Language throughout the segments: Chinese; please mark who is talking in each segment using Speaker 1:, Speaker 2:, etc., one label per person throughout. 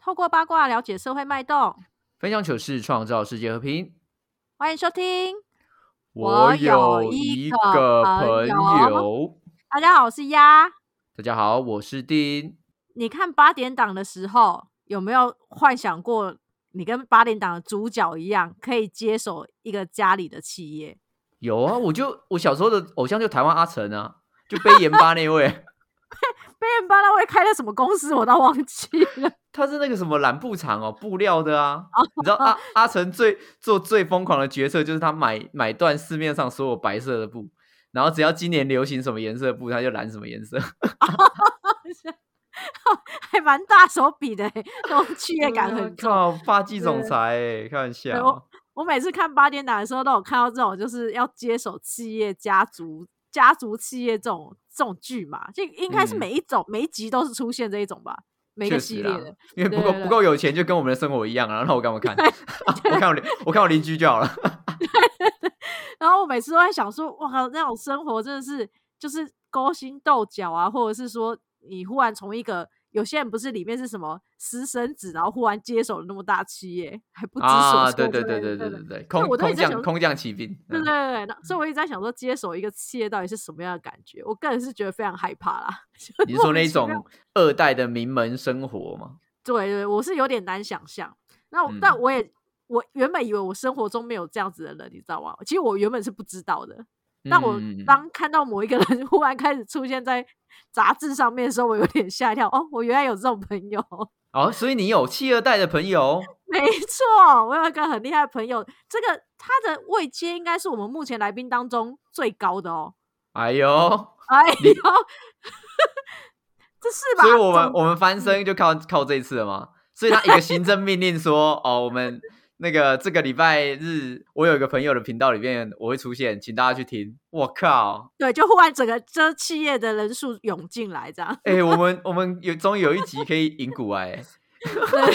Speaker 1: 透过八卦了解社会脉动。
Speaker 2: 分享糗事，创造世界和平。
Speaker 1: 欢迎收听。
Speaker 2: 我
Speaker 1: 我
Speaker 2: 有
Speaker 1: 有
Speaker 2: 一
Speaker 1: 一
Speaker 2: 个
Speaker 1: 个
Speaker 2: 朋
Speaker 1: 朋
Speaker 2: 友
Speaker 1: 友，大家好，我是鸭。
Speaker 2: 大家好，我是丁。
Speaker 1: 你看八点档的时候，有没有幻想过你跟八点档的主角一样，可以接手一个家里的企业？
Speaker 2: 有啊，我就我小时候的偶像就台湾阿成啊，就背盐巴那位，
Speaker 1: 贝人巴拉会开了什么公司，我倒忘记 了。
Speaker 2: 他是那个什么染布厂哦，布料的啊。
Speaker 1: 哦
Speaker 2: 你知道阿阿成最做最疯狂的决策就是他买买断市面上所有白色的布，然后只要今年流行什么颜色的布，他就染什么颜 色。
Speaker 1: 还蛮大手笔的欸，那种企业感很重。
Speaker 2: 啊靠，霸气总
Speaker 1: 对
Speaker 2: 裁哎，开玩
Speaker 1: 对
Speaker 2: 笑。
Speaker 1: 我每次看八点档的时候，都有看到这种就是要接手企业家族、家族企业这种这种剧嘛，就应该是
Speaker 2: 嗯
Speaker 1: 每一种、每一集都是出现这一种吧，每
Speaker 2: 确
Speaker 1: 个
Speaker 2: 实
Speaker 1: 系
Speaker 2: 啦
Speaker 1: 列的。
Speaker 2: 因为不
Speaker 1: 对
Speaker 2: 够
Speaker 1: 对
Speaker 2: 不
Speaker 1: 对
Speaker 2: 够有钱，就跟我们的生活一样啊。那我干嘛 看？我看我邻我看我邻居就好了。
Speaker 1: 然后我每次都在想说，哇，那种生活真的是就是勾心斗角啊，或者是说你忽然从一个有些人不是里面是什么私生子，然后忽然接手了那么大企业，还不知所
Speaker 2: 啊，
Speaker 1: 措
Speaker 2: 对
Speaker 1: 之类的。
Speaker 2: 对对对对对对，空
Speaker 1: 我都一
Speaker 2: 空
Speaker 1: 直在
Speaker 2: 降
Speaker 1: 想
Speaker 2: 空降骑兵，
Speaker 1: 对
Speaker 2: 嗯
Speaker 1: 对对，那所以我一直在想说，接手一个企业到底是什么样的感觉？我个人是觉得非常害怕啦。 就
Speaker 2: 你是
Speaker 1: 莫
Speaker 2: 说
Speaker 1: 名
Speaker 2: 那
Speaker 1: 其妙
Speaker 2: 种二代的名门生活吗？
Speaker 1: 对对，我是有点难想象。那我、
Speaker 2: 嗯
Speaker 1: 但我也我原本以为我生活中没有这样子的人，你知道吗？其实我原本是不知道的。但我
Speaker 2: 嗯
Speaker 1: 当看到某一个人 忽然开始出现在杂志上面的时候，我有点吓一跳。哦，我原来有这种朋友，
Speaker 2: 哦，所以你有弃二代的朋友，
Speaker 1: 没错，我有一个很厉害的朋友。这个他的位阶应该是我们目前来宾当中最高的哦。
Speaker 2: 哎呦，
Speaker 1: 哎呦，这是吧？
Speaker 2: 所以我们
Speaker 1: 总嗯
Speaker 2: 我们翻身就靠靠这一次了吗？所以他一个行政命令说，哦，我们那个这个礼拜日，我有一个朋友的频道里面我会出现，请大家去听。我靠，
Speaker 1: 对，就忽然整个这企业的人数涌进来，这样
Speaker 2: 哎、我们我们有终于有一集可以引古哎、
Speaker 1: 对，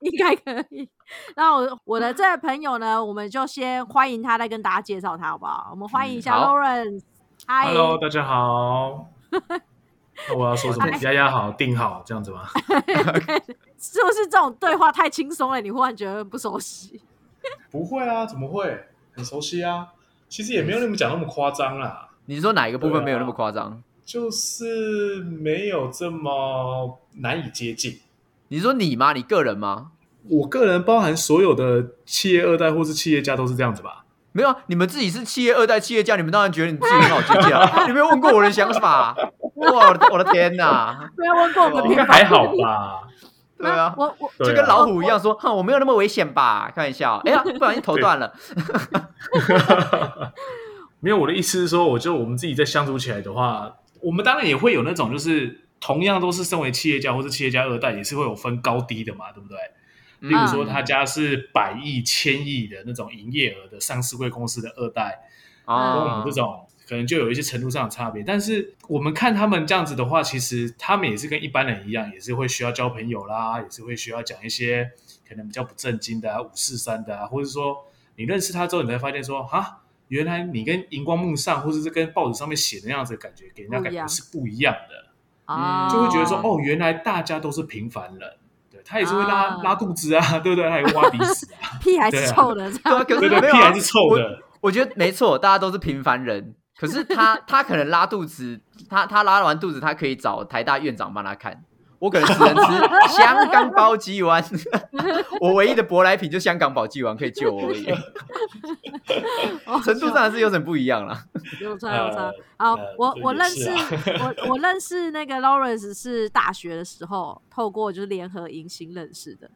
Speaker 1: 应该可以。然后我我的这个朋友呢，我们就先欢迎他，再跟大家介绍他，好不好？我们欢迎一
Speaker 2: 嗯
Speaker 1: 下
Speaker 2: 好
Speaker 1: Lawrence。嗨
Speaker 3: Hello，大家好。那我要说什么
Speaker 1: 嗨？
Speaker 3: 丫丫好，定好这样子吗？
Speaker 1: 是不是这种对话太轻松了？你忽然觉得不熟悉？
Speaker 3: 不会啊，怎么会？很熟悉啊。其实也没有你们讲那么夸张啦，
Speaker 2: 你说哪一个部分没有那么
Speaker 3: 对啊
Speaker 2: 夸张？
Speaker 3: 就是没有这么难以接近。
Speaker 2: 你说你吗？你个人吗？
Speaker 3: 我个人包含所有的企业二代或是企业家都是这样子吧？
Speaker 2: 没有啊，你们自己是企业二代企业家，你们当然觉得你自己很好接近 啊。你没有问过我的想法、哇，我的我的天哪！
Speaker 3: 啊
Speaker 1: 没有问过我们
Speaker 3: 应
Speaker 1: 平
Speaker 3: 该
Speaker 1: 凡
Speaker 3: 还好吧？
Speaker 2: 对啊，
Speaker 1: 我我
Speaker 2: 就
Speaker 3: 对啊
Speaker 2: 跟老虎一样说，哼，我没有那么危险吧？开玩笑，哎呀，不小心头断了。
Speaker 3: 没有，我的意思是说，我就我们自己在相处起来的话，我们当然也会有那种，就是同样都是身为企业家或是企业家二代，也是会有分高低的嘛，对不对？
Speaker 2: 嗯
Speaker 3: 例如说，他家是百亿、千亿的那种营业额的上市贵公司的二代，
Speaker 1: 嗯
Speaker 3: 跟我们
Speaker 2: 啊
Speaker 3: 这，种可能就有一些程度上的差别。但是我们看他们这样子的话，其实他们也是跟一般人一样，也是会需要交朋友啦，也是会需要讲一些可能比较不正经的啊、五四三的啊，或者说你认识他之后，你才发现说，哈，原来你跟荧光幕上或者是跟报纸上面写的那样子的感觉，给人家感
Speaker 1: 不一
Speaker 3: 觉
Speaker 1: 样
Speaker 3: 是不一样的。
Speaker 1: 啊，
Speaker 3: 就会觉得说，
Speaker 2: 啊
Speaker 3: 哦，原来大家都是平凡人，对他也是会拉、
Speaker 1: 啊
Speaker 3: 拉肚子啊， 对不对？还有挖鼻屎 啊，
Speaker 1: 哦屁还是
Speaker 3: 对啊
Speaker 1: 臭的，这
Speaker 2: 对
Speaker 1: 样
Speaker 2: 啊，可
Speaker 3: 对
Speaker 2: 是
Speaker 3: 对，
Speaker 2: 没
Speaker 3: 屁
Speaker 2: 有啊
Speaker 3: 还是臭的，
Speaker 2: 我觉得没错，大家都是平凡人。可是他他可能拉肚子，他他拉完肚子，他可以找台大院长帮他看。我可能只能吃香港煲 鸡丸，我唯一的舶来品就香港煲鸡丸可以救我而已。
Speaker 1: 哦
Speaker 2: 程度上还是有点不一样啦。
Speaker 1: 有差有差
Speaker 3: 呃。
Speaker 1: 好
Speaker 3: 呃，
Speaker 1: 我
Speaker 3: 这
Speaker 1: 我
Speaker 3: 也
Speaker 1: 认
Speaker 3: 是
Speaker 1: 识
Speaker 3: 啊
Speaker 1: 我我认识那个 Lawrence 是大学的时候透过就是联合迎新认识的，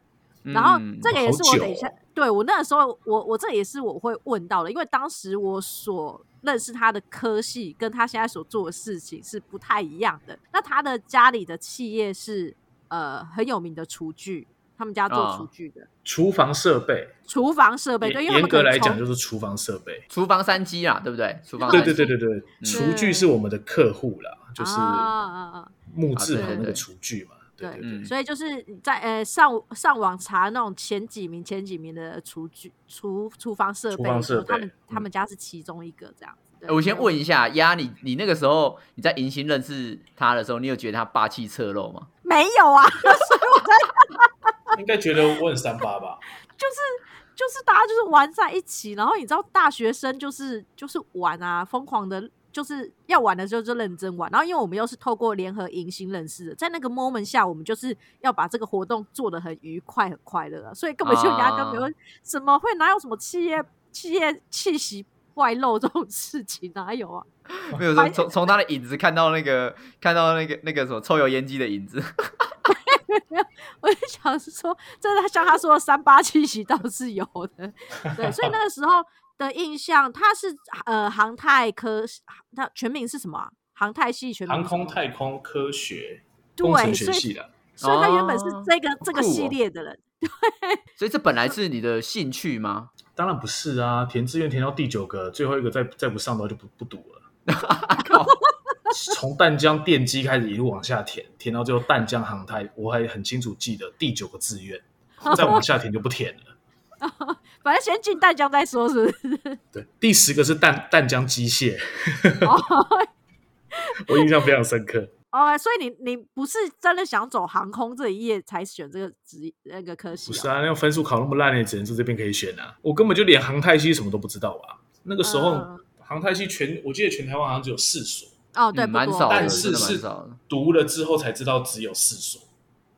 Speaker 1: 然后
Speaker 2: 嗯
Speaker 1: 这个也
Speaker 3: 好
Speaker 1: 是我
Speaker 3: 久
Speaker 1: 等一下
Speaker 3: 哦
Speaker 1: 对我那个时候我我这也是我会问到的，因为当时我所认识他的科系跟他现在所做的事情是不太一样的。那他的家里的企业是呃很有名的厨具，他们家做
Speaker 2: 啊
Speaker 1: 厨具的。
Speaker 3: 厨房设备，
Speaker 1: 厨房设备，对，因
Speaker 3: 严
Speaker 1: 为他
Speaker 3: 严
Speaker 1: 们可
Speaker 3: 格
Speaker 1: 能
Speaker 3: 来讲
Speaker 1: 从啊哦
Speaker 3: 就是厨房设备。
Speaker 2: 厨房三鸡啦，对不对？厨房
Speaker 3: 对
Speaker 2: 三
Speaker 3: 对
Speaker 2: 鸡
Speaker 3: 对对对，厨具是我们的客户啦，就是
Speaker 1: 嗯啊啊啊！
Speaker 3: 木
Speaker 1: 啊
Speaker 3: 质
Speaker 1: 对
Speaker 3: 和那
Speaker 2: 对对
Speaker 3: 个厨具嘛。对对对，
Speaker 2: 嗯
Speaker 1: 所以就是你在呃上上网查那种前几名、前几名的厨具、厨厨房设
Speaker 3: 厨
Speaker 1: 备，
Speaker 3: 房设
Speaker 1: 就他
Speaker 3: 备嗯哎
Speaker 1: 们他们家是其中一个这样子。对
Speaker 2: 哎我先问，一下，丫，你你那个时候你在迎新认识他的时候，你有觉得他霸气侧漏吗？
Speaker 1: 没有啊？
Speaker 3: 哎、应该觉得我很三八吧？
Speaker 1: 就是大家就是玩在一起，然后你知道大学生就是就是玩啊，疯狂的，就是要玩的时候就认真玩。然后因为我们又是透过联合迎新认识的，在那个 moment 下，我们就是要把这个活动做得很愉快、很快乐、啊，所以根本就压根没有什么会哪有什么企业企业气息外露这种事情，哪有啊？
Speaker 2: 没有从从从他的影子看到那个看到那个那个什么抽油烟机的影子，
Speaker 1: 我就想是说，真的像他说的三八气息倒是有的，对，所以那个时候的印象，他是呃航太科，他全名是什么啊、航太系全名是
Speaker 3: 航
Speaker 1: 什么
Speaker 3: 空太空科学工程
Speaker 1: 对，
Speaker 3: 学
Speaker 1: 所以
Speaker 3: 系的，
Speaker 1: 所以他原本是
Speaker 2: 哦
Speaker 1: 这个、这个
Speaker 2: 酷
Speaker 1: 系
Speaker 2: 哦
Speaker 1: 列的人，
Speaker 2: 所以这本来是你的兴趣吗？
Speaker 3: 当然不是啊，填志愿填到第九个，最后一个再再不上的话就不不读了。 从淡江电机开始一路往下填，填到最后淡江航太，我还很清楚记得第九个志愿，再往下填就不填了。
Speaker 1: 反正先进淡江再说，是不 是？
Speaker 3: 对，第十个是淡淡江机械， 我印象非常深刻。
Speaker 1: 哦，所以你你不是真的想走航空这一页才选这个职那个科系、
Speaker 3: 不
Speaker 1: 哦？
Speaker 3: 是啊，那个分数考那么烂，也只能是这边可以选啊。我根本就连航太系什么都不知道啊。那个时候、
Speaker 1: 嗯
Speaker 3: 航太系全，我记得全台湾好像只有四所，
Speaker 1: 哦，对，
Speaker 2: 嗯
Speaker 1: 不
Speaker 2: 蛮
Speaker 1: 多
Speaker 2: 少的，
Speaker 3: 但
Speaker 2: 真
Speaker 3: 是
Speaker 2: 的蛮
Speaker 3: 是
Speaker 2: 少的。
Speaker 3: 读了之后才知道只有四所。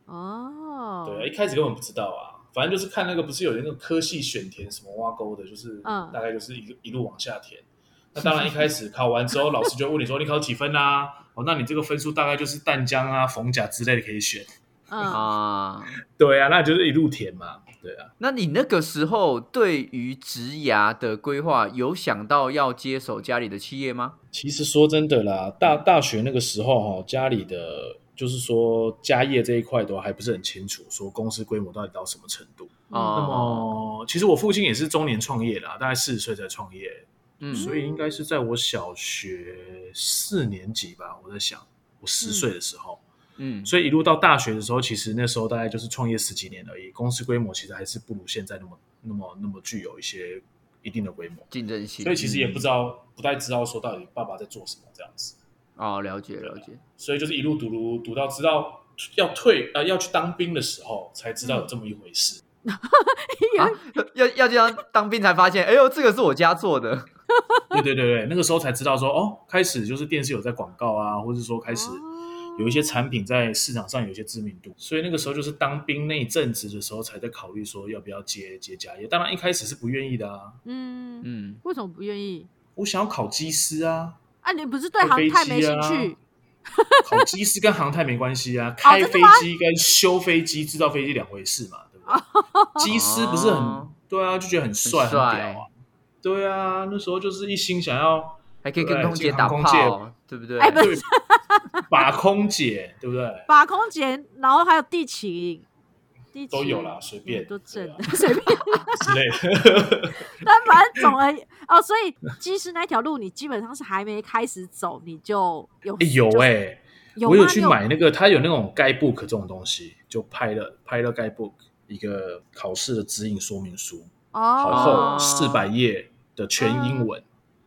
Speaker 1: 哦，
Speaker 3: 对啊，一开始根本不知道啊。反正就是看那个，不是有那个科系选填什么挖沟的，就是
Speaker 1: 嗯
Speaker 3: 大概就是一个一路往下填。 那当然一开始考完之后，老师就问你说你考几分啊？哦，那你这个分数大概就是淡江啊、逢甲之类的可以选。
Speaker 1: 嗯，
Speaker 2: 啊。
Speaker 3: 对啊，那你就是一路填嘛。对啊，
Speaker 2: 那你那个时候对于职涯的规划，有想到要接手家里的企业吗？
Speaker 3: 其实说真的啦，大大学那个时候哈、家里的就是说家业这一块都还不是很清楚，说公司规模到底到什么程度。
Speaker 1: 嗯
Speaker 3: 那
Speaker 2: 哦
Speaker 3: 么，其实我父亲也是中年创业啦，大概四十岁才创业，
Speaker 2: 嗯，
Speaker 3: 所以应该是在我小学四年级吧。我在想，我十岁的时候，
Speaker 2: 嗯，
Speaker 3: 所以一路到大学的时候，其实那时候大概就是创业十几年而已，公司规模其实还是不如现在那么那么那么具有一些一定的规模，
Speaker 2: 竞争性，
Speaker 3: 所以其实也不知
Speaker 2: 道、
Speaker 3: 道不太知道说到底爸爸在做什么这样子。
Speaker 2: 哦，了解
Speaker 3: 啊
Speaker 2: 了解，
Speaker 3: 所以就是一路读读读到直到要退呃要去当兵的时候，才知道有这么一回事。
Speaker 2: 啊，要要这样当兵才发现，哎呦，这个是我家做的，
Speaker 3: 对对对对，那个时候才知道说哦，开始就是电视有在广告啊，或者说开始有一
Speaker 1: 哦
Speaker 3: 些产品在市场上有一些知名度，所以那个时候就是当兵那一阵子的时候，才在考虑说要不要接接家业。当然一开始是不愿意的啊，
Speaker 1: 嗯，
Speaker 2: 嗯，
Speaker 1: 为什么不愿意？
Speaker 3: 我想要考机师啊，
Speaker 1: 啊，你不是对
Speaker 3: 开
Speaker 1: 航
Speaker 3: 飞
Speaker 1: 太没
Speaker 3: 机
Speaker 1: 兴
Speaker 3: 啊
Speaker 1: 趣？
Speaker 3: 考机师跟航太没关系啊，开飞机跟修飞机、制造飞机两回事嘛，对不对？机师不是很
Speaker 2: 哦
Speaker 3: 对啊，就觉得很帅、
Speaker 2: 很
Speaker 3: 很
Speaker 2: 帅
Speaker 3: 屌啊。对啊，那时候就是一心想要
Speaker 2: 还可以跟
Speaker 3: 对
Speaker 2: 空姐
Speaker 3: 进
Speaker 2: 打
Speaker 3: 航空界
Speaker 2: 炮，对不对？
Speaker 1: 哎不
Speaker 3: 对把空姐，对不对？
Speaker 1: 把空姐，然后还有地勤，地勤
Speaker 3: 都有啦，随
Speaker 1: 嗯
Speaker 3: 便
Speaker 1: 都正
Speaker 3: 对 啊
Speaker 1: 随便。
Speaker 3: 之类的。
Speaker 1: 但反正总而言哦，所以机师那条路你基本上是还没开始走，你就有
Speaker 3: 哎有哎、
Speaker 1: 有
Speaker 3: 我
Speaker 1: 吗
Speaker 3: 有去
Speaker 1: 你
Speaker 3: 买那个，它有那种 guidebook 这种东西，就拍了拍了 guidebook 一个考试的指引说明书，好
Speaker 1: 哦
Speaker 3: 厚，四百页的全英文。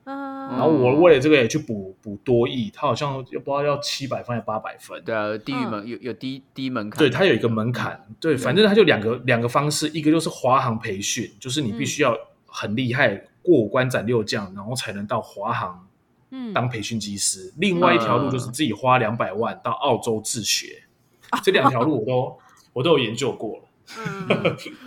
Speaker 1: 嗯，
Speaker 3: 然后我为了这个也去补补多译，它好像也不知道要七百分还是八百分。
Speaker 2: 对啊，地狱
Speaker 1: 嗯
Speaker 2: 门、有有低低门槛，
Speaker 3: 对，它有一个门槛。对，反正它就两个两个方式，一个就是华航培训，就是你
Speaker 1: 嗯
Speaker 3: 必须要很厉害，过五关斩六将，然后才能到华航
Speaker 1: 嗯
Speaker 3: 当培训机师。另外一条路就是自己花两百万到澳洲自学。
Speaker 2: 嗯
Speaker 3: 这两条路我都 我都有研究过了。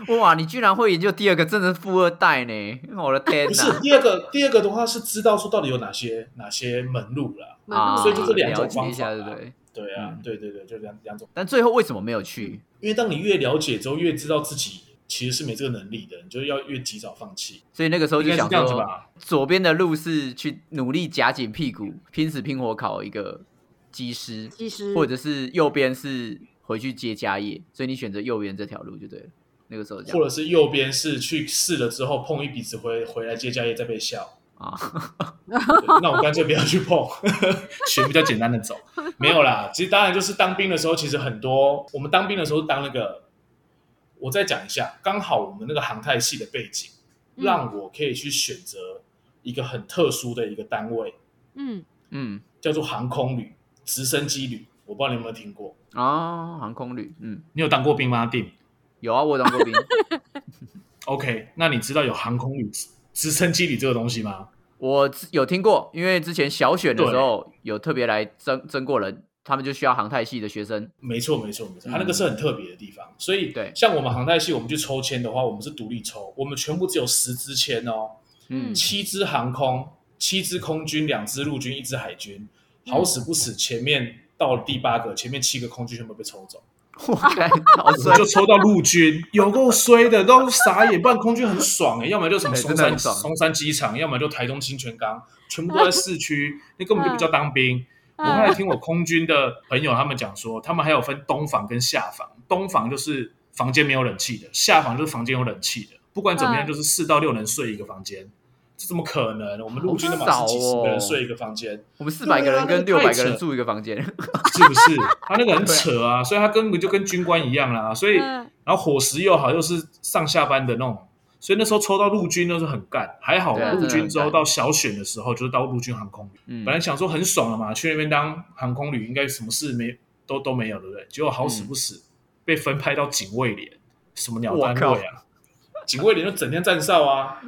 Speaker 1: 嗯，
Speaker 2: 哇，你居然会研究第二个，真的是富二代呢！我的天
Speaker 3: 不
Speaker 2: 哪、
Speaker 3: 是第二个，第二个的话是知道说到底有哪些哪些门路啦。
Speaker 2: 啊！
Speaker 1: 门
Speaker 3: 所以
Speaker 1: 路
Speaker 3: 就这两种
Speaker 2: 了解一下，
Speaker 3: 方
Speaker 2: 对
Speaker 3: 法
Speaker 2: 不
Speaker 3: 啊
Speaker 2: 对？
Speaker 3: 对啊，
Speaker 2: 嗯
Speaker 3: 对对对，就两两种。
Speaker 2: 但最后为什么没有去？
Speaker 3: 因为当你越了解之后，越知道自己其实是没这个能力的，你就要越及早放弃。
Speaker 2: 所以那个时候就
Speaker 3: 应该
Speaker 2: 想
Speaker 3: 是这样子
Speaker 2: 说，
Speaker 3: 吧？
Speaker 2: 左边的路是去努力夹紧屁股，拼死拼活考一个技师，
Speaker 1: 机师
Speaker 2: 或者是右边是回去接家业，所以你选择右边这条路就对了。那个时候这
Speaker 3: 或
Speaker 2: 样
Speaker 3: 者是右边是去试了之后碰一鼻子灰，回来接家业再被笑。
Speaker 2: 啊，
Speaker 3: 对那我干脆不要去碰， 选比较简单的走。没有啦，其实当然就是当兵的时候，其实很多我们当兵的时候当那个，我再讲一下，刚好我们那个航太系的背景，
Speaker 1: 嗯
Speaker 3: 让我可以去选择一个很特殊的一个单位，
Speaker 1: 嗯
Speaker 2: 嗯，
Speaker 3: 叫做航空旅、直升机旅。我不知道你有没有听过，
Speaker 2: 哦，航空旅，嗯，
Speaker 3: 你有当过兵吗？定
Speaker 2: 有啊，我有当过兵，
Speaker 3: OK，那你知道有航空旅直直升机旅这个东西吗？
Speaker 2: 我之有听过，因为之前小选的时候有特别来征征过人，他们就需要航太系的学生。
Speaker 3: 没错，没错，没错，它
Speaker 2: 嗯
Speaker 3: 那个是很特别的地方。所以，
Speaker 2: 对
Speaker 3: 像我们航太系，我们去抽签的话，我们是独立抽，我们全部只有十支签哦，
Speaker 1: 嗯
Speaker 2: 嗯，
Speaker 3: 七支航空，七支空军，两支陆军，一支海军。
Speaker 1: 嗯
Speaker 3: 好死不死，前面到了第八个，前面七个空军全部被抽走，
Speaker 2: 我感嗯好
Speaker 3: 我
Speaker 2: 衰
Speaker 3: 们，就抽到陆军，有够衰的，都傻眼。不然空军很爽哎、要么就什么
Speaker 2: 对
Speaker 3: 松
Speaker 2: 真的
Speaker 3: 山
Speaker 2: 很爽
Speaker 3: 松山机场，要么就台东清泉岗，全部 都在市区，那根本就不叫当兵。我后来
Speaker 1: 嗯
Speaker 3: 听我空军的朋友他们讲说，他们还有分东房跟下房，东房就是房间没有冷气的，下房就是房间有冷气的。不管怎么样，
Speaker 1: 嗯
Speaker 3: 就是四到六人睡一个房间，这怎么可能？我们陆军的
Speaker 2: 好少
Speaker 3: 嘛
Speaker 2: 哦
Speaker 3: 是几十个人睡一个房间，
Speaker 2: 我们四百个人跟
Speaker 3: 对
Speaker 2: 六
Speaker 3: 啊那太
Speaker 2: 百
Speaker 3: 扯
Speaker 2: 个人住一个房间，
Speaker 3: 是不是？他那 个很扯啊，所以他根本就跟军官一样啦。所以，
Speaker 1: 嗯
Speaker 3: 然后伙食又好，又是上下班的那种。所以那时候抽到陆军那是很干，还好
Speaker 2: 对啊
Speaker 3: 陆
Speaker 2: 真的
Speaker 3: 军
Speaker 2: 很
Speaker 3: 之后
Speaker 2: 干
Speaker 3: 到小选的时候就是到陆军航空旅
Speaker 2: 嗯
Speaker 3: 本来想说很爽了嘛，去那边当航空旅应该什么事没都都没有，对不对？结果
Speaker 2: 嗯
Speaker 3: 好死不死、被分派到警卫连，什么鸟单位啊！警卫连就整天站哨啊，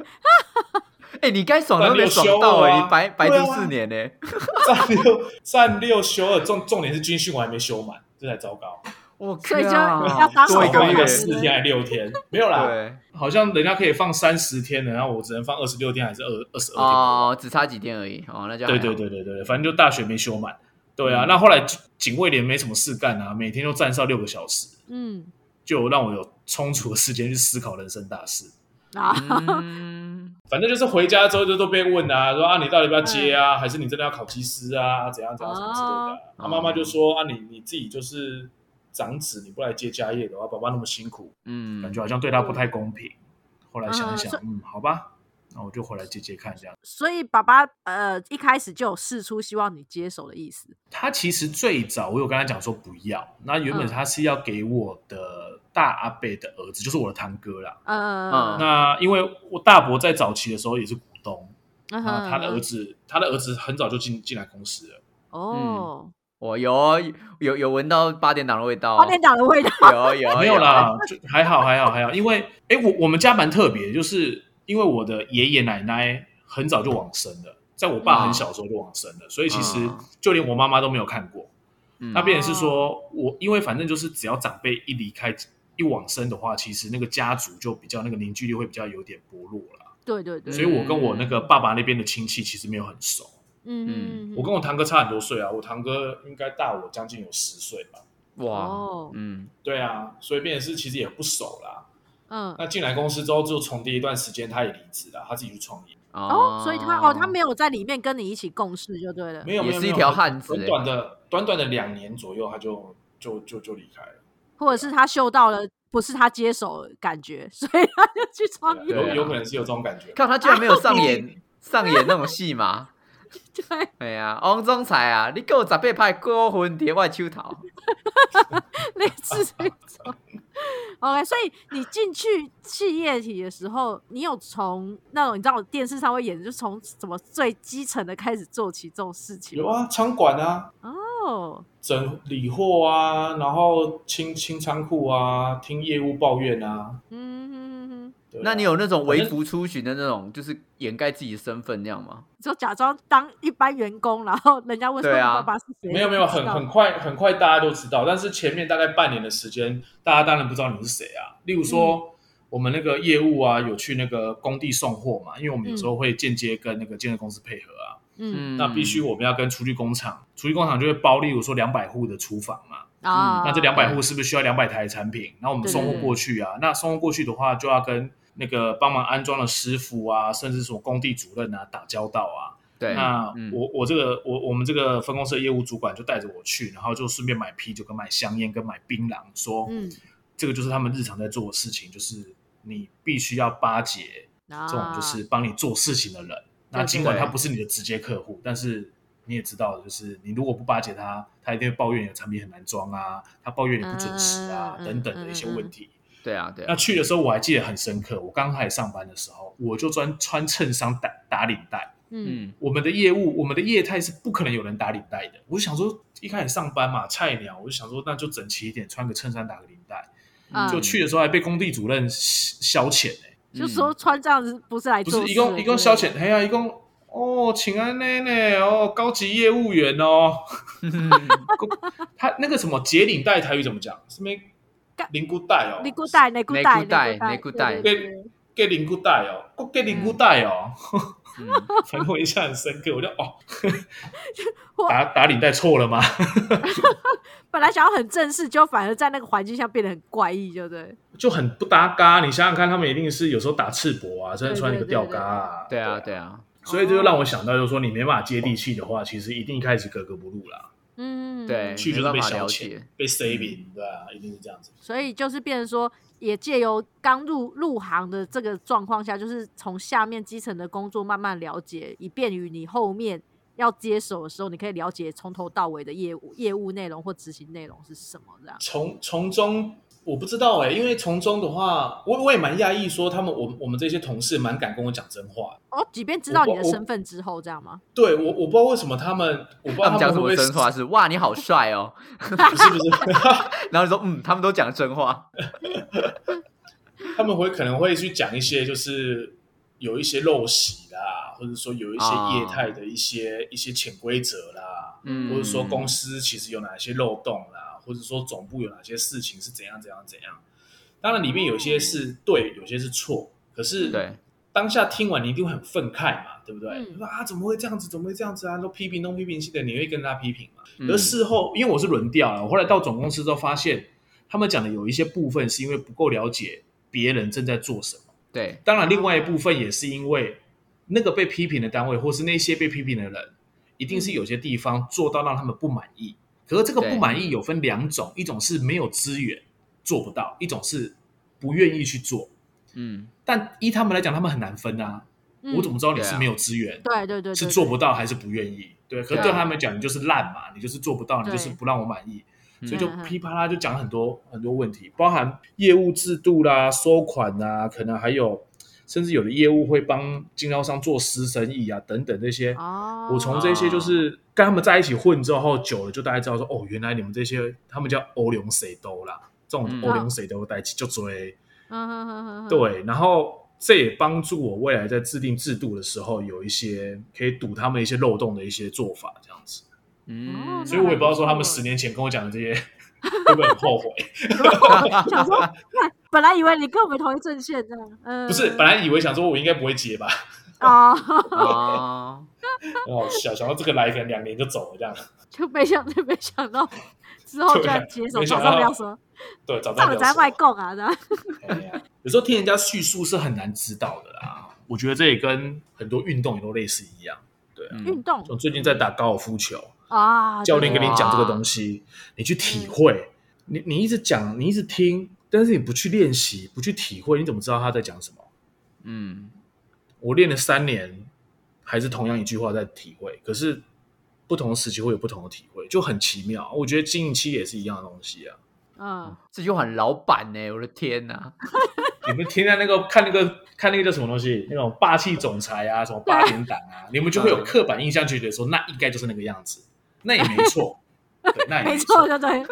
Speaker 2: 哎、你该爽都没爽到
Speaker 3: 不然
Speaker 2: 哎、
Speaker 3: 你有修啊
Speaker 2: 你白白
Speaker 3: 对
Speaker 2: 读
Speaker 3: 啊
Speaker 2: 四年呢、欸
Speaker 3: 站六站六休二，重重点是军训我还没修满，这才糟糕，
Speaker 2: 我靠，
Speaker 1: 所以就要当
Speaker 2: 多一
Speaker 1: 好
Speaker 2: 个
Speaker 1: 人
Speaker 2: 月，
Speaker 3: 四天还六天，没有啦，
Speaker 2: 对
Speaker 3: 好像人家可以放三十天的，然后我只能放二十六天还是二二十二天。
Speaker 2: 哦，只差几天而已哦，那就还
Speaker 3: 对
Speaker 2: 好
Speaker 3: 对，对对对，反正就大学没修满。对啊，
Speaker 2: 嗯
Speaker 3: 那后来警卫连没什么事干啊，每天都站哨六个小时。
Speaker 1: 嗯
Speaker 3: 就让我有充足的时间去思考人生大事。
Speaker 1: 啊，
Speaker 2: 嗯，
Speaker 3: 反正就是回家之后就都被问啊，说啊你到底要不要接啊，还是你真的要考技师啊，怎样怎样什么之类的啊。
Speaker 2: 嗯
Speaker 3: 他、
Speaker 2: 哦
Speaker 3: 妈妈就说啊你你自己就是长子，你不来接家业的话，爸爸那么辛苦，
Speaker 2: 嗯，
Speaker 3: 感觉好像对他不太公平。后来想一
Speaker 1: 嗯
Speaker 3: 想
Speaker 1: 所，
Speaker 3: 嗯，好吧，那我就回来接接看这样。
Speaker 1: 所以爸爸呃一开始就有试出希望你接手的意思，
Speaker 3: 他其实最早我有跟他讲说不要，那原本
Speaker 1: 嗯
Speaker 3: 他是要给我的大阿伯的儿子，就是我的堂哥啦。
Speaker 1: 呃，
Speaker 2: 啊
Speaker 3: 那因为我大伯在早期的时候也是股东，
Speaker 1: 嗯
Speaker 3: 啊，他的
Speaker 1: 哼
Speaker 3: 儿子，他的儿子很早就进进来公司了。
Speaker 1: 哦，
Speaker 2: 我有哦有有闻到八点档的味道哦，
Speaker 1: 八点档的味道，
Speaker 2: 有有
Speaker 3: 没有，啦，就还好还好还好，因为哎，我我们家蛮特别，就是因为我的爷爷奶奶很早就往生了，在我
Speaker 2: 嗯
Speaker 3: 爸很小的时候就往生了，所以其实
Speaker 2: 嗯
Speaker 3: 就连我妈妈都没有看过。
Speaker 2: 嗯
Speaker 3: 那变成是说我，因为反正就是只要长辈一离开一往生的话，其实那个家族就比较那个凝聚力会比较有点薄弱了。
Speaker 1: 对对对，
Speaker 3: 所以我跟我那个爸爸那边的亲戚其实没有很熟，
Speaker 1: 嗯嗯，
Speaker 3: 我跟我堂哥差很多岁啊，我堂哥应该大我将近有十岁吧。
Speaker 2: 哇
Speaker 1: 哦，
Speaker 2: 嗯，
Speaker 3: 对啊，所以变成是其实也不熟啦。
Speaker 1: 嗯
Speaker 3: 那进来公司之后，就从第一段时间他也离职了，他自己去创
Speaker 2: 嗯
Speaker 3: 业，
Speaker 1: 哦，所以他哦他没有在里面跟你一起共事就对了，
Speaker 3: 没有，
Speaker 2: 也
Speaker 3: 没有
Speaker 2: 是一
Speaker 3: 没有
Speaker 2: 条汉子
Speaker 3: 很
Speaker 2: 欸
Speaker 3: 短的短短的两年左右，他就就就就离开了。
Speaker 1: 或者是他嗅到了不是他接手的感觉， 所以他就去创
Speaker 3: 对
Speaker 1: 业，
Speaker 3: 啊
Speaker 2: 对
Speaker 3: 有
Speaker 2: 啊
Speaker 3: 有可能是有这种感觉。
Speaker 2: 看他居然没有上
Speaker 3: 啊
Speaker 2: 演上演那种戏嘛，
Speaker 1: 对，
Speaker 2: 哎呀，王总裁啊，你给我十八派过分叠外手头，
Speaker 3: 啊
Speaker 1: 类似这种。OK，所以你进去企业体的时候，你有从那种你知道我电视上会演，就是从什么最基层的开始做起这种事情
Speaker 3: 有啊，仓管啊，
Speaker 1: 哦。
Speaker 3: 整理货啊，然后清清仓库啊，听业务抱怨啊。
Speaker 1: 嗯，嗯嗯
Speaker 3: 对啊
Speaker 2: 那你有那种微服出巡的那种，就是掩盖自己的身份那样吗？
Speaker 3: 嗯
Speaker 1: 就假装当一般员工，然后人家问说
Speaker 2: 对
Speaker 1: 你
Speaker 2: 啊
Speaker 1: 爸爸是谁？
Speaker 3: 没有没有，很
Speaker 1: 嗯
Speaker 3: 很快很快大家都知道，但是前面大概半年的时间，大家当然不知道你是谁啊。例如说，我们那个业务啊，有去那个工地送货嘛，因为我们有时候会间接跟那个建设公司配合啊，
Speaker 1: 嗯
Speaker 2: 嗯，
Speaker 3: 那必须我们要跟厨具工厂，厨具工厂就会包，例如说两百户的厨房嘛，
Speaker 1: 啊，
Speaker 3: 那这两百户是不是需要两百台产品？那我们送货过去啊，那送货过去的话，就要跟那个帮忙安装的师傅啊，甚至说工地主任啊打交道啊。
Speaker 2: 对，
Speaker 3: 那
Speaker 2: 嗯
Speaker 3: 我我这个我我们这个分公司的业务主管就带着我去，然后就顺便买啤酒、跟买香烟、跟买槟榔，说
Speaker 1: 嗯，
Speaker 3: 这个就是他们日常在做的事情，就是你必须要巴结
Speaker 1: 这
Speaker 3: 这种
Speaker 1: 啊
Speaker 3: 就是帮你做事情的人。那尽管
Speaker 2: 对
Speaker 3: 他不是你的直接客户，但是你也知道，就是你如果不巴结他，他一定会抱怨你的产品很难装啊，他抱怨你不准时啊、
Speaker 1: 嗯
Speaker 3: 等等的一些问题。
Speaker 2: 对啊对
Speaker 3: 那
Speaker 2: 啊，
Speaker 3: 去的时候我还记得很深刻，我刚开始上班的时候，我就专穿衬衫打打领带。
Speaker 1: 嗯
Speaker 2: 嗯
Speaker 3: 我们的业务，我们的业态是不可能有人打领带的。我就想说，一开始上班嘛，菜鸟，我就想说，那就整齐一点，穿个衬衫，打个领带。
Speaker 1: 嗯
Speaker 3: 就去的时候还被工地主任消消遣呢、
Speaker 1: 就说穿这样子不是来
Speaker 3: 不
Speaker 1: 做事的，啊
Speaker 3: 是一共一共消遣，哎呀，一共哦，请安呢呢哦，高级业务 员哦，
Speaker 2: 嗯
Speaker 3: 他那个什么结领带台语怎么讲？是没
Speaker 1: 干
Speaker 3: 领固带哦
Speaker 1: 内，裤带，内裤
Speaker 2: 内
Speaker 1: 带，
Speaker 2: 裤带
Speaker 1: 内
Speaker 2: 内
Speaker 1: 裤
Speaker 2: 裤
Speaker 1: 带，
Speaker 2: 带
Speaker 1: 对对对
Speaker 3: 给领固带哦，够给领固带哦，
Speaker 2: 嗯
Speaker 3: 反正我印象很深刻，我就哦
Speaker 1: 我，
Speaker 3: 打打领带错了吗？
Speaker 1: 本来想要很正式，就反而在那个环境下变得很怪异，就对。
Speaker 3: 就很不搭嘎，你想想看，他们一定是有时候打赤膊啊，真的穿一个吊嘎啊，
Speaker 2: 对啊，对啊，
Speaker 3: 所以这就让我想到，就是说你没办法接地气的话，其实一定开始格格不入啦。
Speaker 1: 嗯，
Speaker 2: 对
Speaker 3: 去就是
Speaker 2: 没
Speaker 3: 被
Speaker 2: 办法
Speaker 3: 消
Speaker 2: 了
Speaker 3: 遣
Speaker 2: 解，
Speaker 3: 被 saving，对啊，一定是这样子。
Speaker 1: 所以就是变成说，也借由刚入入行的这个状况下，就是从下面基层的工作慢慢了解，以便于你后面要接手的时候，你可以了解从头到尾的业务业务内容或执行内容是什么这样。
Speaker 3: 从从中我不知道哎、因为从中的话，我我也蛮讶异，说他们我我们这些同事蛮敢跟我讲真话。
Speaker 1: 哦，即便知道你的
Speaker 3: 我我
Speaker 1: 身份之后，这样吗？
Speaker 3: 对我我不知道为什么他们，我不知
Speaker 2: 他们
Speaker 3: 道他们
Speaker 2: 讲
Speaker 3: 会
Speaker 2: 什
Speaker 3: 不
Speaker 2: 么
Speaker 3: 会
Speaker 2: 真，话是哇你好帅哦，
Speaker 3: 不 是不是，
Speaker 2: 然后你说嗯他们都讲真话，
Speaker 3: 他们会可能会去讲一些就是有一些陋习啦，或者说有一些
Speaker 2: 啊
Speaker 3: 业态的一些、一些潜规则啦，
Speaker 2: 嗯，
Speaker 3: 或者说公司其实有哪些漏洞啦，或者说总部有哪些事情是怎样怎样怎样。当然，里面有些是对，有些是错。可是
Speaker 2: 对，
Speaker 3: 当下听完，你一定会很愤慨嘛，对不对？
Speaker 1: 嗯
Speaker 3: 说啊，怎么会这样子？怎么会这样子啊？都批评，都批评性的，你会跟他批评嘛？
Speaker 2: 嗯
Speaker 3: 而事后，因为我是轮调了，我后来到总公司之后发现，他们讲的有一些部分是因为不够了解别人正在做什么。
Speaker 2: 对，
Speaker 3: 当然，另外一部分也是因为那个被批评的单位，或是那些被批评的人，一定是有些地方做到让他们不满意。可是这个
Speaker 2: 对
Speaker 3: 不满意有分两种，一种是没有资源做不到，一种是不愿意去做。
Speaker 2: 嗯
Speaker 3: 但依他们来讲，他们很难分啊。
Speaker 1: 嗯
Speaker 3: 我怎么知道你
Speaker 2: 对
Speaker 3: 是
Speaker 2: 啊
Speaker 3: 没有资源，
Speaker 1: 对对对对
Speaker 3: 是做不到还是不愿意？对，可是
Speaker 2: 对啊
Speaker 3: 对他们讲，你就是烂嘛，你就是做不到，你就是
Speaker 1: 对
Speaker 3: 不让我满意。
Speaker 2: 嗯
Speaker 3: 所以就
Speaker 1: 嗯嗯
Speaker 3: 噼啪啦就讲很多很多问题，包含业务制度啦、收款啦，可能还有甚至有的业务会帮经销商做私生意啊等等这些。
Speaker 1: 哦，
Speaker 3: 我从这些就是跟他们在一起混之后，久了就大概知道说，哦，原来你们这些他们叫欧龙谁都啦，这种
Speaker 2: 嗯
Speaker 3: 欧龙谁都带起就追
Speaker 1: 嗯哼哼哼哼
Speaker 3: 对，然后这也帮助我未来在制定制度的时候有一些可以堵他们一些漏洞的一些做法这样子。
Speaker 2: 嗯，
Speaker 3: 所以我也不知道说
Speaker 1: 哦那
Speaker 3: 他
Speaker 1: 还不
Speaker 3: 们
Speaker 1: 错
Speaker 3: 十年前跟我讲的这些会不会很后悔。
Speaker 1: 想说， 看本来以为你跟我们同一阵线这样，嗯，
Speaker 3: 不是，本来以为想说我应该不会接吧，
Speaker 1: 啊，
Speaker 2: 哦，
Speaker 3: 很好笑，想到这个来可能两年就走了这样。
Speaker 1: 就没想就没想到之后居然接手，
Speaker 3: 没
Speaker 1: 早
Speaker 3: 想
Speaker 1: 上不
Speaker 3: 到
Speaker 1: 要说，
Speaker 3: 对，早
Speaker 1: 上
Speaker 3: 上
Speaker 1: 了在卖供啊，这样，
Speaker 3: 哎有时候听人家叙述是很难知道的啦。我觉得这也跟很多运动也都类似一样。
Speaker 2: 嗯
Speaker 1: 运动
Speaker 3: 我最近在打高尔夫球，
Speaker 1: 啊，嗯
Speaker 3: 教练
Speaker 1: 对
Speaker 3: 跟你讲这个东西，你去体会，你你一直讲，你一直听，但是你不去练习，不去体会，你怎么知道他在讲什么？
Speaker 2: 嗯
Speaker 3: 我练了三年，还是同样一句话在体会，可是不同的时期会有不同的体会，就很奇妙。我觉得经营期也是一样的东西啊。
Speaker 1: 嗯，
Speaker 2: 这句话很老板呢，我的天哪，
Speaker 3: 你们听在那个 看那个看那个叫什么东西，那种霸气总裁啊，什么八点档 啊，你们就会
Speaker 1: 嗯
Speaker 3: 有刻板印象，觉得说那应该就是那个样子，那也没 错，对，那也
Speaker 1: 没
Speaker 3: 错
Speaker 1: 错，，就对，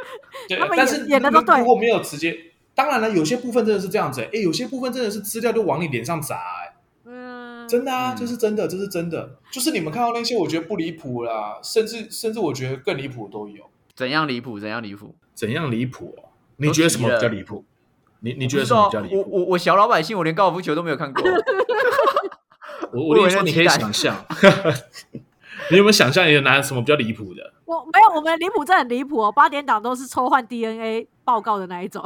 Speaker 3: 对
Speaker 1: 他们，
Speaker 3: 但
Speaker 1: 演
Speaker 3: 是
Speaker 1: 演得都
Speaker 3: 如果
Speaker 1: 对
Speaker 3: 如果没有直接，当然了，有些部分真的是这样子、哎，有些部分真的是资料就往你脸上砸、哎
Speaker 1: 嗯，
Speaker 3: 真的啊，
Speaker 2: 嗯
Speaker 3: 这是真的，这是真的，就是你们看到那些，我觉得不离谱啦，甚至甚至我觉得更离谱的都有。
Speaker 2: 怎样离谱怎样离谱，
Speaker 3: 怎样离谱、哦？你觉得什么比较离谱？你你觉得什么
Speaker 2: 我
Speaker 3: 比
Speaker 2: 不
Speaker 3: 较
Speaker 2: 知
Speaker 3: 离
Speaker 2: 道我
Speaker 3: 谱？
Speaker 2: 我我小老百姓，我连高尔夫球都没有看过，
Speaker 3: 我
Speaker 2: 我以
Speaker 3: 我跟你
Speaker 2: 为
Speaker 3: 说，
Speaker 2: 是
Speaker 3: 你可
Speaker 2: 鸡
Speaker 3: 以
Speaker 2: 蛋
Speaker 3: 想象，你有没有想象有哪什么比较离谱的？
Speaker 1: 我没有，我们离谱真的很离谱哦，八点档都是抽换 DNA 报告的那一种，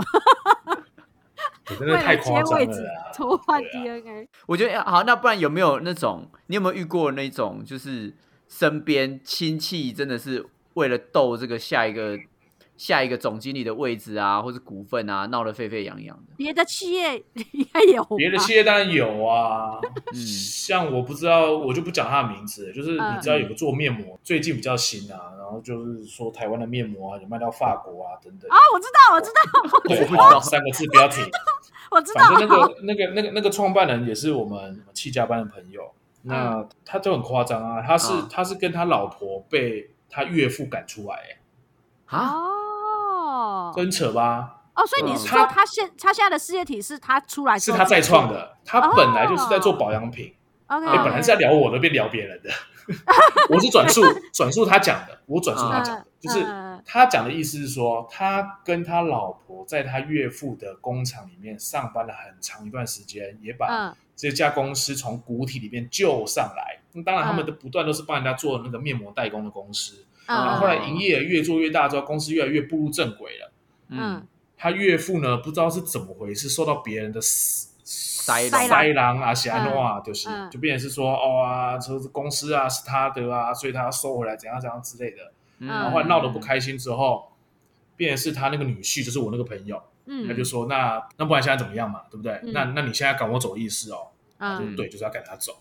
Speaker 3: 我真
Speaker 1: 为
Speaker 3: 的太
Speaker 1: 了接
Speaker 3: 夸张
Speaker 1: 位
Speaker 3: 了
Speaker 1: 置
Speaker 3: 啦！
Speaker 1: 抽换
Speaker 3: 对啊
Speaker 1: DNA，
Speaker 2: 我觉得好，那不然有没有那种，你有没有遇过那种，就是身边亲戚真的是为了斗这个下一个下一个总经理的位置啊，或是股份啊，闹得沸沸扬扬的？
Speaker 1: 别的企业 应该有吧，
Speaker 3: 别的企业当然 有啊，
Speaker 2: 嗯
Speaker 3: 像我不知道，我就不讲他的名字，就是
Speaker 1: 嗯
Speaker 3: 你知道有个做面膜，最近比较新啊，然后就是说台湾的面膜啊，有卖到法国啊等等
Speaker 1: 啊，，我知道，我知道，
Speaker 3: 对，
Speaker 2: 我不知道
Speaker 3: 好三个字不要停。
Speaker 1: 我知
Speaker 3: 反正那
Speaker 1: 道，
Speaker 3: 个那个那个那个创办人也是我们气家班的朋友，那他就很夸张啊，他是、
Speaker 2: 嗯
Speaker 3: 他是跟他老婆被他岳父赶出来、欸，
Speaker 2: 啊，
Speaker 1: 哦，
Speaker 3: 真扯吧？
Speaker 1: 哦，所以你
Speaker 2: 嗯
Speaker 1: 是
Speaker 3: 他
Speaker 1: 说他现他现在的事业体是他出来之
Speaker 3: 是
Speaker 1: 后
Speaker 3: 他
Speaker 1: 自己
Speaker 3: 再创
Speaker 1: 做哦
Speaker 3: 的，他本来就是在做保养品，
Speaker 1: ？OK，
Speaker 3: 哎、本来是在聊我的，变聊别人的，我是转述转述他讲的，我转述他讲的，就是
Speaker 1: 嗯
Speaker 3: 他讲的意思是说，他跟他老婆在他岳父的工厂里面上班了很长一段时间，也把
Speaker 1: 嗯
Speaker 3: 这家公司从谷底里面救上来。那当然，他
Speaker 1: 嗯
Speaker 3: 们都不断都是帮人家做那个面膜代工的公司，然后
Speaker 1: 嗯
Speaker 3: 后来营业额越做越大之后，公司越来越步入正轨了。
Speaker 1: 嗯
Speaker 2: 嗯，
Speaker 3: 他岳父呢，不知道是怎么回事，受到别人的塞
Speaker 2: 塞
Speaker 3: 塞狼啊、邪诺啊，就是
Speaker 1: 嗯
Speaker 3: 就变成是说，哦啊，这是公司啊是他的啊，所以他要收回来，怎样怎样之类的。
Speaker 2: 嗯
Speaker 1: 然
Speaker 3: 然后后来闹得不，开心之后，变成是他那个女婿，就是我那个朋友，
Speaker 1: 嗯
Speaker 3: 他就说，那那不然现在怎么样嘛，对不对？
Speaker 1: 嗯
Speaker 3: 那那你现在赶我走意思哦，
Speaker 1: 嗯
Speaker 3: 就对，就是要赶他走，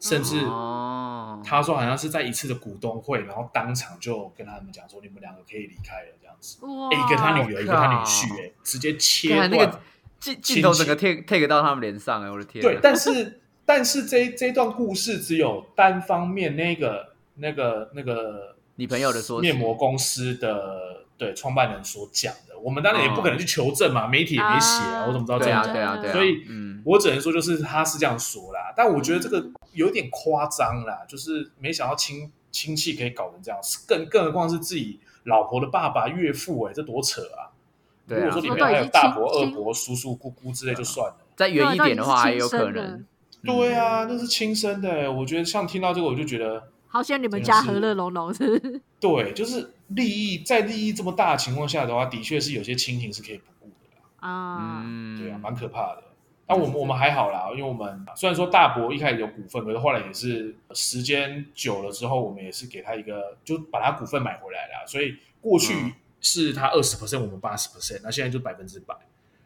Speaker 3: 甚至。
Speaker 2: 哦，
Speaker 3: 他说好像是在一次的股东会，然后当场就跟他们讲说，你们两个可以离开了这样子。
Speaker 1: 哇
Speaker 3: 哎、一个他女儿，一个他女
Speaker 2: 哦靠
Speaker 3: 婿、哎，直接切
Speaker 2: 看那
Speaker 3: 断。
Speaker 2: 个镜镜头
Speaker 3: 亲
Speaker 2: 整
Speaker 3: 戚
Speaker 2: 个 take take 到他们脸上，哎，我的天啊，
Speaker 3: 对，但是但是这一这一段故事只有单方面那个那个那个
Speaker 2: 你朋友的说辞
Speaker 3: 面膜公司的对创办人所讲的，我们当然也不可能去求证嘛，媒体也没写啊，
Speaker 1: 啊
Speaker 3: 我怎么知道真
Speaker 2: 嗯对啊，
Speaker 3: 的？
Speaker 2: 对啊，对啊，
Speaker 3: 所以
Speaker 2: 嗯，
Speaker 3: 我只能说，就是他是这样说啦，但我觉得这个有点夸张啦，就是没想到亲亲戚可以搞成这样，更更何况是自己老婆的爸爸、岳父、哎，这多扯啊！
Speaker 2: 对啊啊
Speaker 3: 如果说里面还有大伯、
Speaker 1: 哦说到已
Speaker 3: 二
Speaker 1: 经亲
Speaker 3: 伯、叔叔、姑姑之类就算了。
Speaker 2: 再远一点的话，
Speaker 1: 那啊
Speaker 2: 还
Speaker 1: 已经
Speaker 2: 有
Speaker 1: 是亲
Speaker 2: 可
Speaker 1: 生的
Speaker 2: 能。
Speaker 3: 对啊，那是亲生的、欸我觉得像听到这个，我就觉得，
Speaker 1: 好险你们
Speaker 3: 真的
Speaker 1: 家
Speaker 3: 是
Speaker 1: 和乐融融，是不是？
Speaker 3: 对，就是利益在利益这么大的情况下的话，的确是有些亲情是可以不顾的啦。
Speaker 1: 啊，
Speaker 2: 嗯，
Speaker 3: 对啊，蛮可怕的。但我们我们还好啦，因为我们虽然说大伯一开始有股份，可是后来也是时间久了之后，我们也是给他一个，就把他股份买回来啦。所以过去
Speaker 2: 嗯
Speaker 3: 是他二十 percent，我们八十 percent，那现在就百分之百。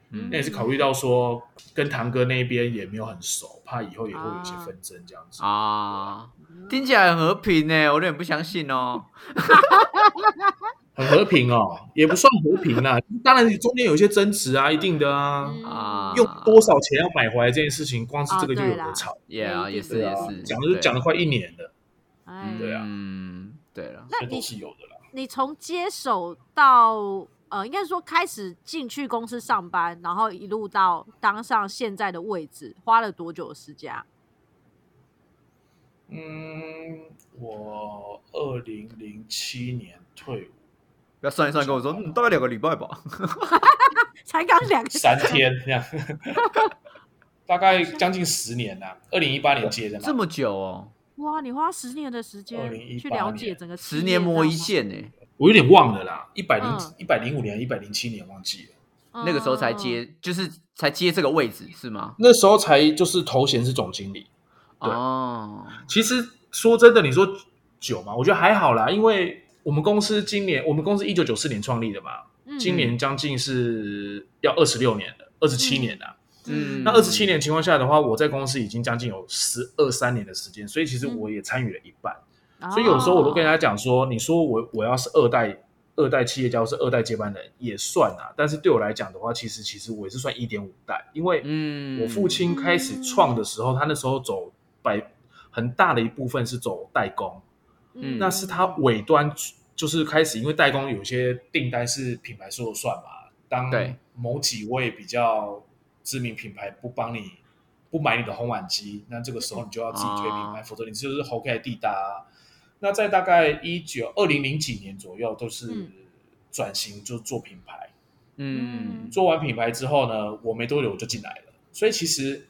Speaker 2: 嗯
Speaker 3: 那也是考虑到说跟堂哥那边也没有很熟，怕以后也会有一些纷争这样子。
Speaker 2: 啊，听起来很和平呢，我有点不相信哦。
Speaker 3: 很和平哦，也不算和平啦。当然，中间有一些争执啊，一定的啊。
Speaker 1: 嗯
Speaker 2: 啊，
Speaker 3: 用多少钱要买回来这件事情，光是这个就有
Speaker 1: 啊对啦
Speaker 3: 得吵。
Speaker 2: ？Yeah，也是
Speaker 1: 对
Speaker 2: 也
Speaker 3: 啊
Speaker 2: 是，
Speaker 3: 讲了就讲了快一年了，
Speaker 1: 哎，
Speaker 3: 对啊
Speaker 2: 嗯，对了，
Speaker 1: 那
Speaker 3: 这
Speaker 1: 你
Speaker 3: 都是有的啦。
Speaker 1: 你从接手到呃，应该说开始进去公司上班，然后一路到当上现在的位置，花了多久的时间啊？
Speaker 3: 嗯，我二零零七年退 伍，
Speaker 2: 不要算一算，跟我说，嗯，大概两个礼拜吧。
Speaker 1: 才刚两个
Speaker 3: 三天这样， 大概将近十年啦。二零一八年接的
Speaker 2: 这
Speaker 3: 嘛，
Speaker 2: 么久哦，
Speaker 1: 哇，你花十年的时间
Speaker 3: 2018
Speaker 1: 去了解整个企业
Speaker 2: 十年磨一，
Speaker 1: 知
Speaker 2: 剑欸呢，
Speaker 3: 我有点忘了啦，一百零
Speaker 1: 嗯
Speaker 3: 一百零五年、一百零七年忘记了。
Speaker 1: 道吗
Speaker 2: 那个时候才，
Speaker 1: 嗯
Speaker 2: 接，就是才接这个位置是吗？
Speaker 3: 那时候才就是头衔是总经理，对
Speaker 2: 哦，
Speaker 3: 其实说真的，你说久嘛，我觉得还好啦，因为我们公司今年，我们公司一九九四年创立的嘛，
Speaker 1: 嗯
Speaker 3: 今年将近是要二十六年了，二十七年了。
Speaker 2: 嗯
Speaker 3: 那二十七年情况下的话，我在公司已经将近有十二三年的时间，所以其实
Speaker 2: 嗯
Speaker 3: 我也参与了一半。
Speaker 1: 哦
Speaker 3: 所以有
Speaker 2: 哦
Speaker 3: 时候我都跟大家讲说，你说我我要是二代二代企业家，或是二代接班人也算啊，但是对我来讲的话，其实其实我也是算一点五代，因为
Speaker 2: 嗯
Speaker 3: 我父亲开始创的时候，他那时候走百很大的一部分是走代工，
Speaker 2: 嗯
Speaker 3: 那
Speaker 1: 哦
Speaker 3: 是他尾端就是开始，因为代工有些订单是品牌说了算嘛，当
Speaker 2: 对
Speaker 3: 某几位比较知名品牌不帮你不买你的烘碗机，那这个时候你就要自己推品牌，
Speaker 2: 哦
Speaker 3: 否则你就是猴开地大、啊。那在大概一九二零零几年左右，都是
Speaker 1: 嗯
Speaker 3: 转型就做品牌。
Speaker 2: 嗯
Speaker 3: 做完品牌之后呢，我没多久我就进来了，所以其实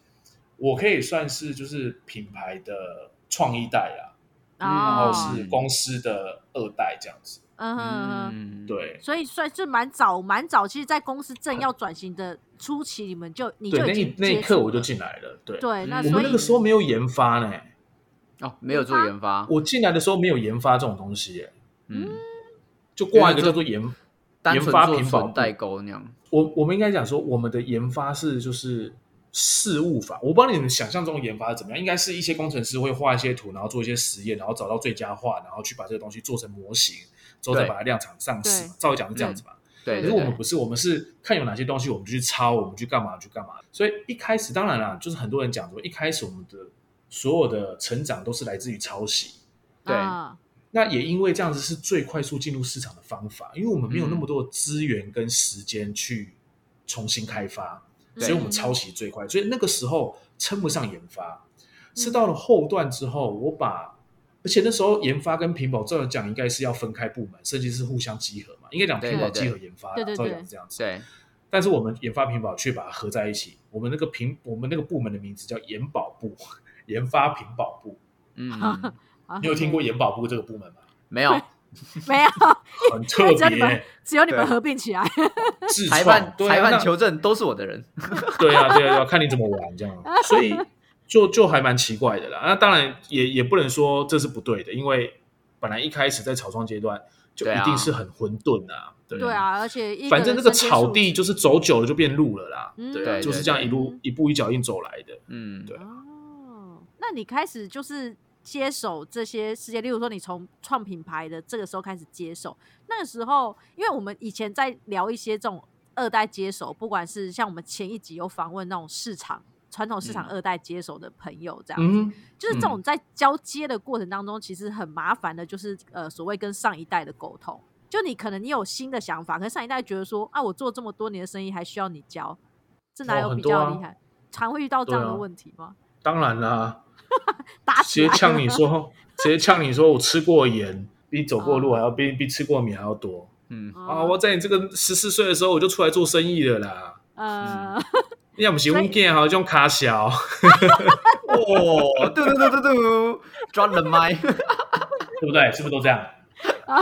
Speaker 3: 我可以算是就是品牌的创意代啊啦，嗯然后
Speaker 1: 哦，
Speaker 2: 嗯
Speaker 3: 是公司的二代这样子。
Speaker 1: 嗯哼嗯哼，
Speaker 2: 嗯，
Speaker 3: 对，
Speaker 1: 所以算是蛮早蛮早，其实，在公司正要转型的初期，你们就你
Speaker 3: 对，
Speaker 1: 就
Speaker 3: 那
Speaker 1: 已
Speaker 3: 一
Speaker 1: 经
Speaker 3: 那一
Speaker 1: 接
Speaker 3: 刻
Speaker 1: 触
Speaker 3: 我就
Speaker 1: 了
Speaker 3: 进来了。对，
Speaker 1: 对，那
Speaker 2: 嗯
Speaker 1: 所
Speaker 3: 我们
Speaker 1: 以
Speaker 3: 那个时候没有研发呢，
Speaker 2: 哦，没有做研发，
Speaker 3: 我进来的时候没有研发这种东西耶，
Speaker 2: 嗯，
Speaker 3: 就挂一个叫做研。
Speaker 2: 单
Speaker 3: 研
Speaker 2: 纯
Speaker 3: 发
Speaker 2: 做
Speaker 3: 屏保
Speaker 2: 纯
Speaker 3: 护
Speaker 2: 代购那样，
Speaker 3: 我我们应该讲说，我们的研发是就是事务法，我不知道你们想象中的研发是怎么样，应该是一些工程师会画一些图，然后做一些实验，然后找到最佳化，然后去把这个东西做成模型，之后再
Speaker 2: 对
Speaker 3: 把它量产上市
Speaker 1: 对
Speaker 3: 嘛。照理讲是这样子吧。
Speaker 2: 对，对
Speaker 3: 可是我们
Speaker 2: 对
Speaker 3: 不是，我们是看有哪些东西，我们就去抄，我们去干嘛去干嘛。所以一开始，当然啦，就是很多人讲说，一开始我们的所有的成长都是来自于抄袭。
Speaker 2: 对
Speaker 1: 啊
Speaker 3: 那也因为这样子是最快速进入市场的方法，因为我们没有那么多的资源跟时间去重新开发，
Speaker 2: 对
Speaker 3: 所以我们抄袭最快，所以那个时候称不上研发，
Speaker 2: 嗯
Speaker 3: 是到了后段之后，我把。而且那时候研发跟屏保，照理讲应该是要分开部门，设计师互相集合嘛，应该讲屏
Speaker 2: 对
Speaker 3: 保
Speaker 2: 对对
Speaker 3: 集合研发啦，
Speaker 1: 对对对
Speaker 3: 照理讲是这样子。
Speaker 2: 对，
Speaker 3: 但是我们研发屏保却把它合在一起，我们那个屏，我们那个部门的名字叫研保部， 研发屏保部。
Speaker 2: 嗯，
Speaker 1: 啊
Speaker 3: 你有听
Speaker 1: OK
Speaker 3: 过研保部这个 部门吗？
Speaker 2: 没有
Speaker 1: 没有？
Speaker 3: 很
Speaker 1: 因
Speaker 3: 特
Speaker 1: 为只有你
Speaker 3: 别、
Speaker 1: 们只有你们
Speaker 2: 对
Speaker 1: 合并起来，
Speaker 3: 自
Speaker 2: 裁
Speaker 3: 创
Speaker 2: 判
Speaker 3: 对啊
Speaker 2: 裁
Speaker 3: 那
Speaker 2: 判求证都是我的人，
Speaker 3: 对啊，对啊，对啊，看你怎么玩 这样，所以就就还蛮奇怪的啦。那当然也也不能说这是不对的，因为本来一开始在草创阶段就
Speaker 2: 对
Speaker 3: 一
Speaker 2: 啊
Speaker 3: 定是很混沌啊，对
Speaker 1: 对，啊，而且一
Speaker 3: 反正那个
Speaker 1: 人身兼
Speaker 3: 草
Speaker 1: 数
Speaker 3: 地
Speaker 1: 职
Speaker 3: 就是走久了就变路了啦，
Speaker 1: 嗯
Speaker 3: 对
Speaker 2: 对
Speaker 3: 啊，
Speaker 2: 对
Speaker 3: 就是这样一路
Speaker 1: 对
Speaker 3: 一步一脚印走来的。
Speaker 2: 嗯，
Speaker 3: 对
Speaker 1: 哦，那你开始就是接手这些事件，例如说你从创品牌的这个时候开始接手，那个时候，因为我们以前在聊一些这种二代接手，不管是像我们前一集有访问那种市场传统市场二代接手的朋友这样子，
Speaker 3: 嗯，
Speaker 1: 就是这种在交接的过程当中，其实很麻烦的，就是呃所谓跟上一代的沟通。就你可能你有新的想法，可是上一代觉得说啊，我做这么多年的生意还需要你教，这哪
Speaker 3: 哦
Speaker 1: 有
Speaker 3: 很
Speaker 1: 比
Speaker 3: 多
Speaker 1: 较
Speaker 3: 啊
Speaker 1: 厉害？常会遇到这样的
Speaker 3: 对啊
Speaker 1: 问题吗？
Speaker 3: 当然啦，
Speaker 1: 打
Speaker 3: 直
Speaker 1: 起
Speaker 3: 接
Speaker 1: 来
Speaker 3: 呛
Speaker 1: 了
Speaker 3: 你说，直接呛你说我吃过盐，比走过
Speaker 1: 哦
Speaker 3: 路还要比比吃过米还要多
Speaker 2: 嗯，
Speaker 3: 啊！我在你这个十四岁的时候我就出来做生意了啦。
Speaker 1: 呃，
Speaker 3: 嗯你要不是阮囝吼，种卡小，
Speaker 2: 哦，嘟嘟嘟嘟嘟，抓人 麦，
Speaker 3: 对不对？是不是都这样？
Speaker 1: 啊，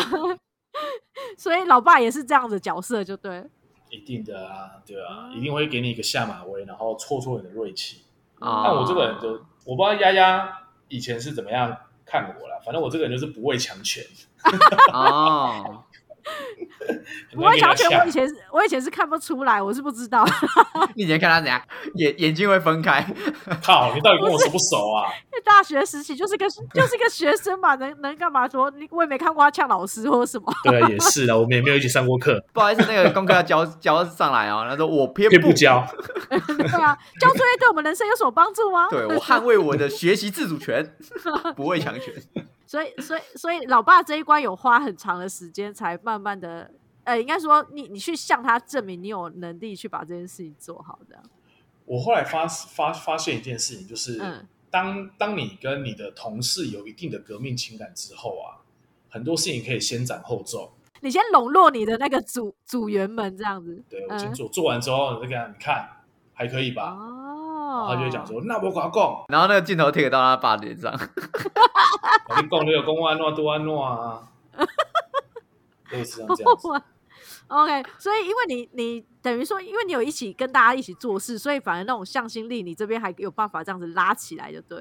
Speaker 1: 所以老爸也是这样的角色，就对了
Speaker 3: 一定的啊，对
Speaker 1: 哦
Speaker 3: 啊，一定会给你一个下马威，然后挫挫你的锐气。
Speaker 2: 啊
Speaker 3: 但我这个人就，我不知道丫丫以前是怎么样看我啦，反正我这个人就是不畏强权。
Speaker 2: 哦，
Speaker 1: 不会想起
Speaker 3: 很
Speaker 1: 来，我
Speaker 3: 难给
Speaker 1: 以
Speaker 3: 你
Speaker 1: 前是我以前是看不出来，我是不知道，
Speaker 2: 你以前看他怎样，眼眼睛会分开，
Speaker 3: 下靠，你到底跟我熟不熟啊？
Speaker 1: 因为大学时期就是个就是个学生嘛，能能干嘛说？你我也没看过他呛老师或什么，
Speaker 3: 对啊，也是啦，我们也没有一起上过课，
Speaker 2: 不好意思，那个功课要交交上来哦，他说我偏
Speaker 3: 偏不教。
Speaker 1: 对啊，交作业对我们人生有所帮助吗？
Speaker 2: 对我捍卫我的学习自主权，不畏强权。
Speaker 1: 所以所以所以老爸这一关有花很长的时间，才慢慢的。呃，应该说你你去向他证明你有能力去把这件事情做好，这样。
Speaker 3: 我后来发发发现一件事情，就是、
Speaker 1: 嗯
Speaker 3: 当当你跟你的同事有一定的革命情感之后啊，很多事情可以先斩后奏。
Speaker 1: 你先笼络你的那个组组员们，这样子。
Speaker 3: 对我先
Speaker 1: 嗯，
Speaker 3: 做，做完之后你再给他，你看还可以吧？然
Speaker 1: 哦，
Speaker 3: 后他就会 讲说，那我寡讲，
Speaker 2: 然后那个镜头贴到他爸脸上，
Speaker 1: 哦
Speaker 3: 我跟你讲，你有公安诺多安诺啊，类似像这样 子。
Speaker 1: 哇 OK，所以因为你你等于说，因为你有一起跟大家一起做事，所以反而那种向心力，你这边还有办法这样子拉起来，就对。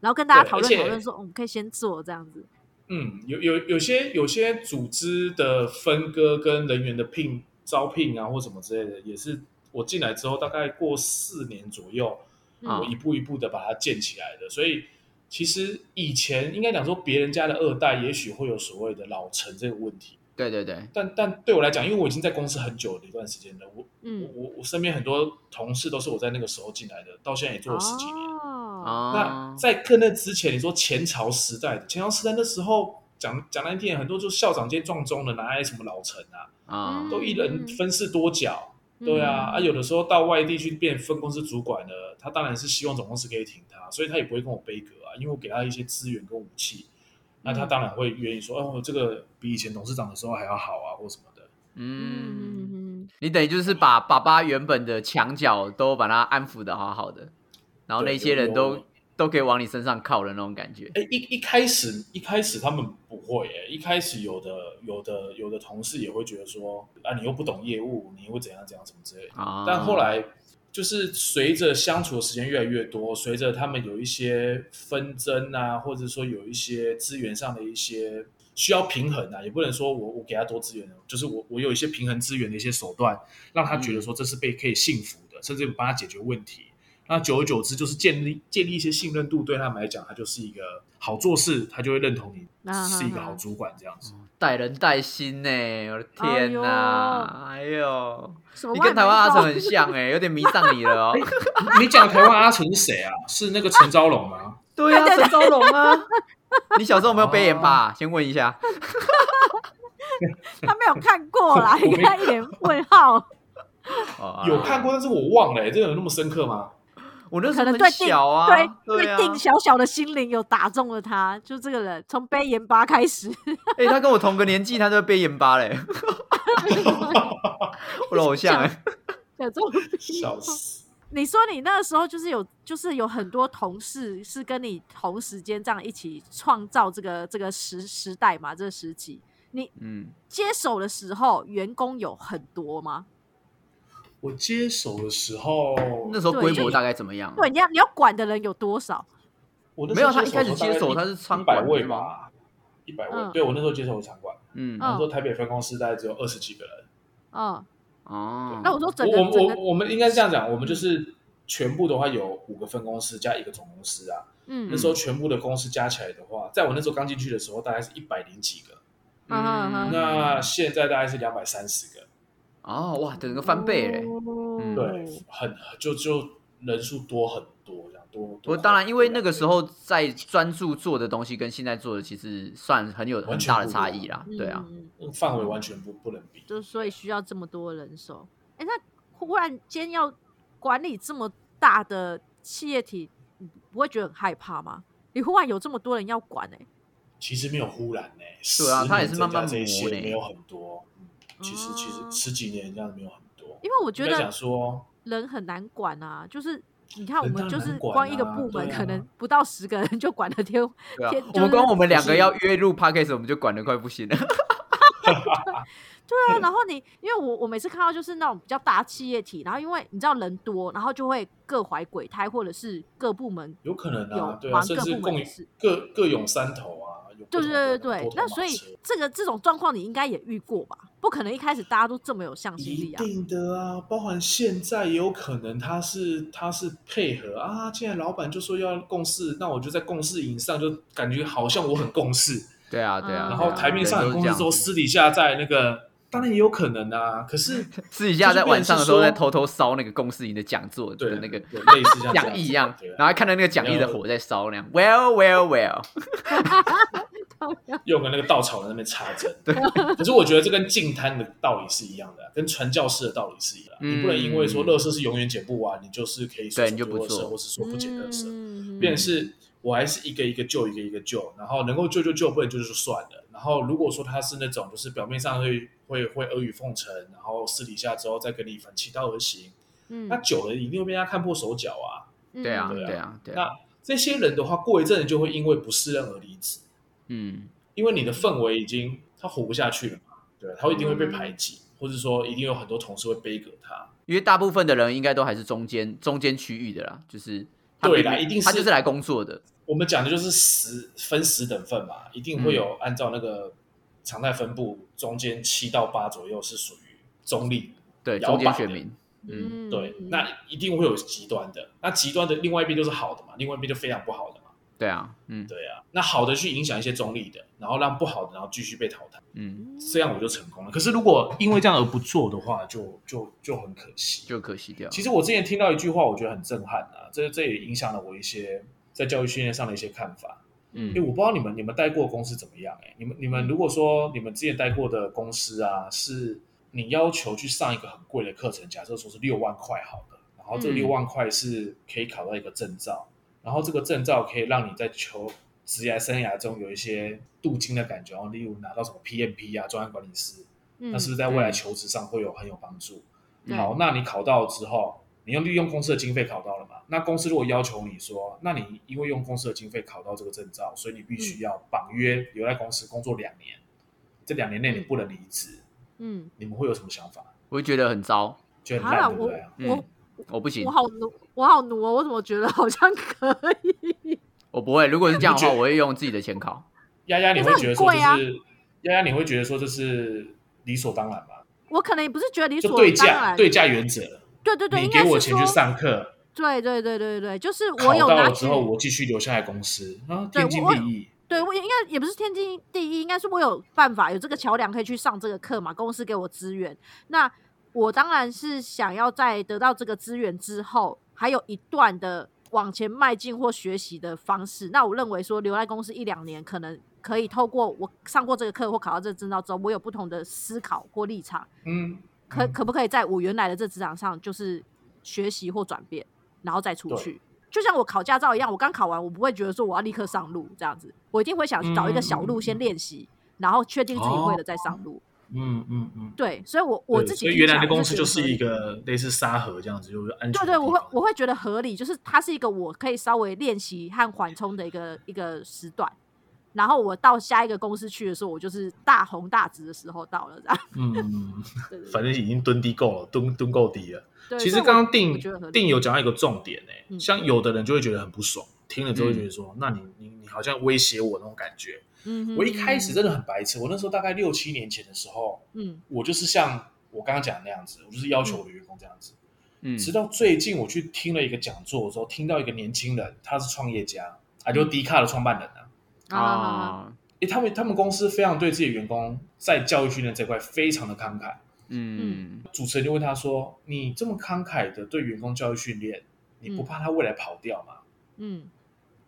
Speaker 1: 然后跟大家
Speaker 3: 对
Speaker 1: 讨
Speaker 3: 而
Speaker 1: 论
Speaker 3: 且
Speaker 1: 讨论说，哦我们可以先做这样子。
Speaker 3: 嗯，有有有些有些组织的分割跟人员的聘招聘啊或什么之类的，也是我进来之后大概过四年左右，
Speaker 1: 嗯
Speaker 3: 我一步一步的把它建起来的。所以其实以前应该讲说别人家的二代，也许会有所谓的老成这个问题，
Speaker 2: 对对对，
Speaker 3: 但但对我来讲，因为我已经在公司很久的一段时间了，我我
Speaker 1: 嗯，
Speaker 3: 我我身边很多同事都是我在那个时候进来的，到现在也做了十几年。
Speaker 1: 哦，
Speaker 2: 哦
Speaker 3: 那，在更那之前，你说前朝时代，前朝时代那时候讲讲难听点，很多就是校长兼撞钟的，哪来什么老臣啊，
Speaker 2: 啊
Speaker 3: 都一人
Speaker 1: 嗯
Speaker 3: 分饰多角。
Speaker 1: 嗯
Speaker 3: 对啊，啊，有的时候到外地去变分公司主管了，他当然是希望总公司可以挺他，所以他也不会跟我背锅啊，因为我给他一些资源跟武器，那他
Speaker 1: 嗯
Speaker 3: 当然会愿意说，哦，这个比以前董事长的时候还要好啊，或什么的。
Speaker 1: 嗯
Speaker 2: 嗯，
Speaker 1: 嗯
Speaker 2: 你等于就是
Speaker 3: 啊
Speaker 2: 把爸爸原本的墙角都把它安抚的好好的，然后
Speaker 3: 对
Speaker 2: 那些人
Speaker 3: 有
Speaker 2: 都
Speaker 3: 有
Speaker 2: 都可以往你身上靠的那种感觉。
Speaker 3: 哎，一一开始一开始他们不会、哎，一开始有的有的有的同事也会觉得说，啊，你又不懂业务，你会怎样怎样什么之类的。
Speaker 2: 啊，
Speaker 3: 但后来就是随着相处的时间越来越多，随着他们有一些纷争啊，或者说有一些资源上的一些需要平衡啊，也不能说我我给他多资源，就是我我有一些平衡资源的一些手段，让他觉得说这是被可以信服的，甚至帮他解决问题。那久而久之，就是建立建立一些信任度，对他们来讲，他就是一个好做事，他就会认同你
Speaker 1: 啊
Speaker 3: 是一个
Speaker 1: 啊
Speaker 3: 好
Speaker 1: 啊
Speaker 3: 主管这样子。
Speaker 2: 带人带心呢、我的天哪、哎呦，
Speaker 1: 什么
Speaker 2: 你
Speaker 1: 外
Speaker 2: 跟
Speaker 1: 媒
Speaker 2: 台湾阿
Speaker 1: 照
Speaker 2: 成很像哎、有点迷上你了哦。
Speaker 3: 你讲台湾阿成是谁啊？是那个陈昭龙吗？
Speaker 2: 对啊，陈昭龙啊。你小时候有没有背
Speaker 3: 哦
Speaker 2: 眼吧？先问一下。
Speaker 1: 他没有看过啦，
Speaker 3: 我
Speaker 1: 你
Speaker 3: 没
Speaker 1: 看一脸问号。
Speaker 2: 哦
Speaker 3: 有看过，但是我忘了、欸，这个有那么深刻吗？
Speaker 2: 我那时
Speaker 1: 可
Speaker 2: 候
Speaker 1: 能对
Speaker 2: 很
Speaker 1: 定、
Speaker 2: 小啊，
Speaker 1: 对
Speaker 2: 对啊，
Speaker 1: 定小小的心灵有打中了他，就这个人从背盐巴开始，
Speaker 2: 哎、他跟我同个年纪，他都被盐巴 嘞，我的偶像哎、
Speaker 1: 有这种屁
Speaker 3: 笑
Speaker 1: 话
Speaker 3: 死！
Speaker 1: 你说你那个时候就是有，就是有很多同事是跟你同时间这样一起创造这个这个时时代嘛，这个时期。你
Speaker 2: 嗯，
Speaker 1: 接手的时候，员工有很多吗？
Speaker 3: 我接手的时候，
Speaker 2: 那时候
Speaker 1: 对
Speaker 2: 规
Speaker 1: 就
Speaker 2: 模大概怎么样？啊
Speaker 1: 对，你要你要管的人有多少？
Speaker 3: 我那
Speaker 2: 没
Speaker 3: 时
Speaker 2: 有，
Speaker 3: 候
Speaker 2: 他一开始接手
Speaker 3: 大
Speaker 2: 他
Speaker 3: 概
Speaker 2: 是仓
Speaker 3: 一百
Speaker 2: 管
Speaker 3: 位
Speaker 2: 是吗？
Speaker 3: 吧，一百位。
Speaker 1: 嗯
Speaker 3: 对我那时候接手的场馆，
Speaker 2: 嗯，
Speaker 1: 嗯
Speaker 3: 那时候台北分公司大概只有二十几个人。
Speaker 1: 嗯，
Speaker 2: 哦，
Speaker 1: 那我说整个
Speaker 3: 我
Speaker 1: 整
Speaker 3: 我
Speaker 1: 个，
Speaker 3: 我我们应该是这样讲，我们就是全部的话有五个分公司加一个总公司啊。那
Speaker 1: 嗯
Speaker 3: 时候全部的公司加起来的话，在我那时候刚进去的时候，大概是一百零几个，
Speaker 1: 嗯
Speaker 3: 那现在大概是两百三十个，
Speaker 2: 哦哇，整个翻倍嘞。
Speaker 1: 哦
Speaker 2: 嗯
Speaker 3: 对，很就就人数多很多，这样多。
Speaker 2: 不过当然，因为那个时候在专注做的东西跟现在做的其实算很有很
Speaker 3: 完全
Speaker 2: 大的
Speaker 3: 不一
Speaker 2: 差
Speaker 3: 样
Speaker 2: 异啦，对啊，
Speaker 1: 嗯，嗯嗯
Speaker 3: 那个范围完全不不能比。
Speaker 1: 就是所以需要这么多人手。哎，那忽然间要管理这么大的企业体，你不会觉得很害怕吗？你忽然有这么多人要管、欸，
Speaker 3: 其实没有忽然呢、欸，
Speaker 2: 对啊
Speaker 3: 10
Speaker 2: 它也是
Speaker 3: 年增加
Speaker 2: 慢慢
Speaker 3: 这一些
Speaker 2: 磨呢
Speaker 3: 没有很多。嗯其实其
Speaker 1: 哦
Speaker 3: 实十几年这样没有很多。
Speaker 1: 因为我觉
Speaker 3: 应该讲
Speaker 1: 得
Speaker 3: 说，
Speaker 1: 人很难管啊，就是。你看，我
Speaker 3: 人
Speaker 1: 们
Speaker 3: 当
Speaker 1: 就
Speaker 3: 然
Speaker 1: 是
Speaker 3: 难管
Speaker 1: 光一个
Speaker 3: 啊
Speaker 1: 部门，
Speaker 3: 对啊
Speaker 1: 可能不到十个人就管了天。
Speaker 2: 对啊
Speaker 1: 天，
Speaker 2: 我们
Speaker 1: 就是
Speaker 2: 光我们两
Speaker 3: 就
Speaker 2: 个
Speaker 3: 是
Speaker 2: 要约入 podcast，我们就管得快不行了。
Speaker 1: 对啊，然后你因为我我每次看到就是那种比较大企业体，然后因为你知道人多，然后就会各怀鬼胎，或者是各部门
Speaker 3: 有可能
Speaker 1: 有
Speaker 3: 啊，对啊，
Speaker 1: 忙
Speaker 3: 甚
Speaker 1: 各
Speaker 3: 至
Speaker 1: 部门
Speaker 3: 共
Speaker 1: 的事
Speaker 3: 各各有三头啊，有不
Speaker 1: 对对
Speaker 3: 同
Speaker 1: 对对
Speaker 3: 的多
Speaker 1: 对
Speaker 3: 头，
Speaker 1: 那
Speaker 3: 马
Speaker 1: 所以
Speaker 3: 车
Speaker 1: 这个这种状况你应该也遇过吧？不可能一开始大家都这么有向心
Speaker 3: 一
Speaker 1: 力啊！
Speaker 3: 定的啊，包含现在也有可能他是他是配合啊，既然老板就说要共事，那我就在共事营上就感觉好像我很共事，
Speaker 2: 对啊，对
Speaker 1: 嗯
Speaker 2: 啊。对
Speaker 3: 然后
Speaker 2: 啊
Speaker 3: 台面上
Speaker 2: 人
Speaker 3: 很
Speaker 2: 都是
Speaker 3: 共事
Speaker 2: 这
Speaker 3: 之后，
Speaker 2: 样
Speaker 3: 私底下在那个，当然也有可能啊，可是
Speaker 2: 私底下在晚上的时候
Speaker 3: 就是
Speaker 2: 在
Speaker 3: 变成
Speaker 2: 偷偷烧那个公司营的讲座
Speaker 3: 对
Speaker 2: 的那个
Speaker 3: 对类似像这
Speaker 2: 讲义一样
Speaker 3: 子对，
Speaker 2: 然后看到那个讲义的火在烧那样。Well, well, well，
Speaker 1: 啊
Speaker 3: 用个那个稻草在那边插针。对，可是我觉得这跟净滩的道理是一样的，啊跟传教士的道理是一样的。啊
Speaker 2: 嗯
Speaker 3: 你不能因为说垃圾是永远捡不完，你就是可以说
Speaker 2: 对你就不
Speaker 3: 垃圾，
Speaker 2: 做
Speaker 3: 或是说不捡垃圾。
Speaker 1: 嗯
Speaker 3: 便是我还是一个一个救，一个一个救，然后能够救就救，不能救就算了。然后如果说他是那种就是表面上会会会阿谀奉承，然后私底下之后再跟你反其道而行，
Speaker 1: 嗯
Speaker 3: 那久了一定会被他看破手脚啊。
Speaker 1: 嗯
Speaker 2: 对啊，
Speaker 1: 嗯
Speaker 3: 对啊
Speaker 2: 对啊，对啊，
Speaker 3: 那这些人的话，过一阵子就会因为不适任而离职。
Speaker 2: 嗯，
Speaker 3: 因为你的氛围已经他活不下去了嘛，对，他一定会被排挤，或者说一定有很多同事会背隔他。
Speaker 2: 因为大部分的人应该都还是中间中间区域的啦，就是他
Speaker 3: 对
Speaker 2: 并
Speaker 3: 啦
Speaker 2: 没
Speaker 3: 一定是
Speaker 2: 他就是来工作的，
Speaker 3: 我们讲的就是十分十等份嘛，一定会有按照那个常态分布，中间七到八左右是属于中立，
Speaker 2: 对
Speaker 3: 摇摆
Speaker 2: 中
Speaker 3: 的
Speaker 2: 间选民，嗯，
Speaker 1: 嗯
Speaker 3: 对，那一定会有极端的，那极端的另外一边就是好的嘛，另外一边就非常不好的嘛，
Speaker 2: 对啊，嗯
Speaker 3: 对啊，那好的去影响一些中立的，然后让不好的然后继续被淘汰，
Speaker 2: 嗯，
Speaker 3: 这样我就成功了。可是如果因为这样而不做的话，就就就很可惜，
Speaker 2: 就可惜掉了。
Speaker 3: 其实我之前听到一句话，我觉得很震撼啊，这这也影响了我一些在教育训练上的一些看法。
Speaker 2: 嗯
Speaker 3: 因为我不知道你们你们带过的公司怎么样、欸？哎，你们你们如果说你们之前带过的公司啊，是你要求去上一个很贵的课程，假设说是六万块好了，然后这
Speaker 2: 嗯
Speaker 3: 六万块是可以考到一个证照，然后这个证照可以让你在求职业生涯中有一些镀金的感觉，然后例如拿到什么 PMP 啊，专案管理师，那
Speaker 1: 那
Speaker 3: 是不是在未来
Speaker 2: 嗯
Speaker 3: 求职上会有很有帮助？
Speaker 1: 嗯对
Speaker 3: 好，那你考到之后，你用利用公司的经费考到了嘛？那公司如果要求你说，那你因为用公司的经费考到这个证照，所以你必
Speaker 1: 嗯
Speaker 3: 须要绑约留在公司工作两年，这两年内你不能离职，
Speaker 1: 嗯，
Speaker 3: 你们会有什么想法？
Speaker 2: 我会觉得很糟，
Speaker 3: 就很
Speaker 1: 啊
Speaker 3: 烂，对不
Speaker 1: 我
Speaker 3: 对啊？
Speaker 1: 我
Speaker 2: 嗯，我不行
Speaker 1: 我，好努，我好努哦！我怎么觉得好像可以？
Speaker 2: 我不会。如果是这样的话，
Speaker 3: 你觉得
Speaker 2: 我会用自己的钱考。
Speaker 3: 丫丫，你会觉得说
Speaker 1: 可是很贵啊
Speaker 3: 就是丫丫，你会觉得说这是理所当然嘛？
Speaker 1: 我可能也不是觉得理
Speaker 3: 就
Speaker 1: 所
Speaker 3: 对
Speaker 1: 当
Speaker 3: 价
Speaker 1: 然，
Speaker 3: 对价原则，
Speaker 1: 对对对，
Speaker 3: 你
Speaker 1: 应该
Speaker 3: 给我
Speaker 1: 是
Speaker 3: 钱去
Speaker 1: 说，
Speaker 3: 上课，
Speaker 1: 对对对对对，就是我
Speaker 3: 考
Speaker 1: 有
Speaker 3: 到
Speaker 1: 拿
Speaker 3: 了
Speaker 1: 去
Speaker 3: 之，后我继续留下来公司啊，
Speaker 1: 对
Speaker 3: 天经
Speaker 1: 我
Speaker 3: 地义。
Speaker 1: 对我应该也不是天经地义，应该是我有办法有这个桥梁可以去上这个课嘛，公司给我资源，那我当然是想要在得到这个资源之后，还有一段的往前迈进或学习的方式。那我认为说留在公司一两年，可能可以透过我上过这个课或考到这个证照之后，我有不同的思考或立场，
Speaker 3: 嗯，
Speaker 1: 可
Speaker 3: 嗯
Speaker 1: 可不可以在我原来的这职场上，就是学习或转变，然后再出
Speaker 3: 对
Speaker 1: 去？就像我考驾照一样，我刚考完，我不会觉得说我要立刻上路这样子，我一定会想去找一个小路先
Speaker 3: 嗯
Speaker 1: 练习，然后确定自己会
Speaker 3: 哦
Speaker 1: 了再上路。
Speaker 3: 嗯嗯嗯，
Speaker 1: 对，所以我我
Speaker 3: 对
Speaker 1: 自己
Speaker 3: 所以
Speaker 1: 听
Speaker 3: 原
Speaker 1: 起
Speaker 3: 来
Speaker 1: 来
Speaker 3: 的
Speaker 1: 我
Speaker 3: 公司
Speaker 1: 觉
Speaker 3: 就
Speaker 1: 得
Speaker 3: 是
Speaker 1: 合
Speaker 3: 一
Speaker 1: 理
Speaker 3: 个类似沙盒这样子，就是安全
Speaker 1: 对
Speaker 3: 的
Speaker 1: 对，我会
Speaker 3: 地方
Speaker 1: 我会觉得合理，就是它是一个我可以稍微练习和缓冲的一个一个时段。然后我到下一个公司去的时候，我就是大红大紫的时候到了，这样。
Speaker 3: 嗯嗯， 嗯
Speaker 1: 对对对
Speaker 3: 反正已经蹲低够了，蹲蹲够低了。
Speaker 1: 对
Speaker 3: 其
Speaker 1: 所
Speaker 3: 实
Speaker 1: 以我
Speaker 3: 刚刚
Speaker 1: 我
Speaker 3: 定
Speaker 1: 觉得合理
Speaker 3: 定有讲到一个重点诶、
Speaker 1: 嗯
Speaker 3: 像有的人就会觉得很不爽，听了之后就觉得说，那你你你好像威胁我那种感觉。
Speaker 1: 嗯哼
Speaker 3: 我一开始真的很白痴，我那时候大概六七年前的时候，
Speaker 1: 嗯
Speaker 3: 我就是像我刚刚讲的那样子，我就是要求我的员工这样子。
Speaker 2: 嗯，
Speaker 3: 直到最近我去听了一个讲座的时候，听到一个年轻人，他是创业家，啊，
Speaker 1: 嗯
Speaker 3: 就迪卡的创办人啊。
Speaker 1: 啊啊啊，
Speaker 2: 啊，
Speaker 3: 诶，他们他们公司非常对自己的员工在教育训练这块非常的慷慨。
Speaker 2: 嗯，
Speaker 3: 主持人就问他说：“你这么慷慨的对员工教育训练，你不
Speaker 1: 嗯
Speaker 3: 怕他未来跑掉吗？”
Speaker 1: 嗯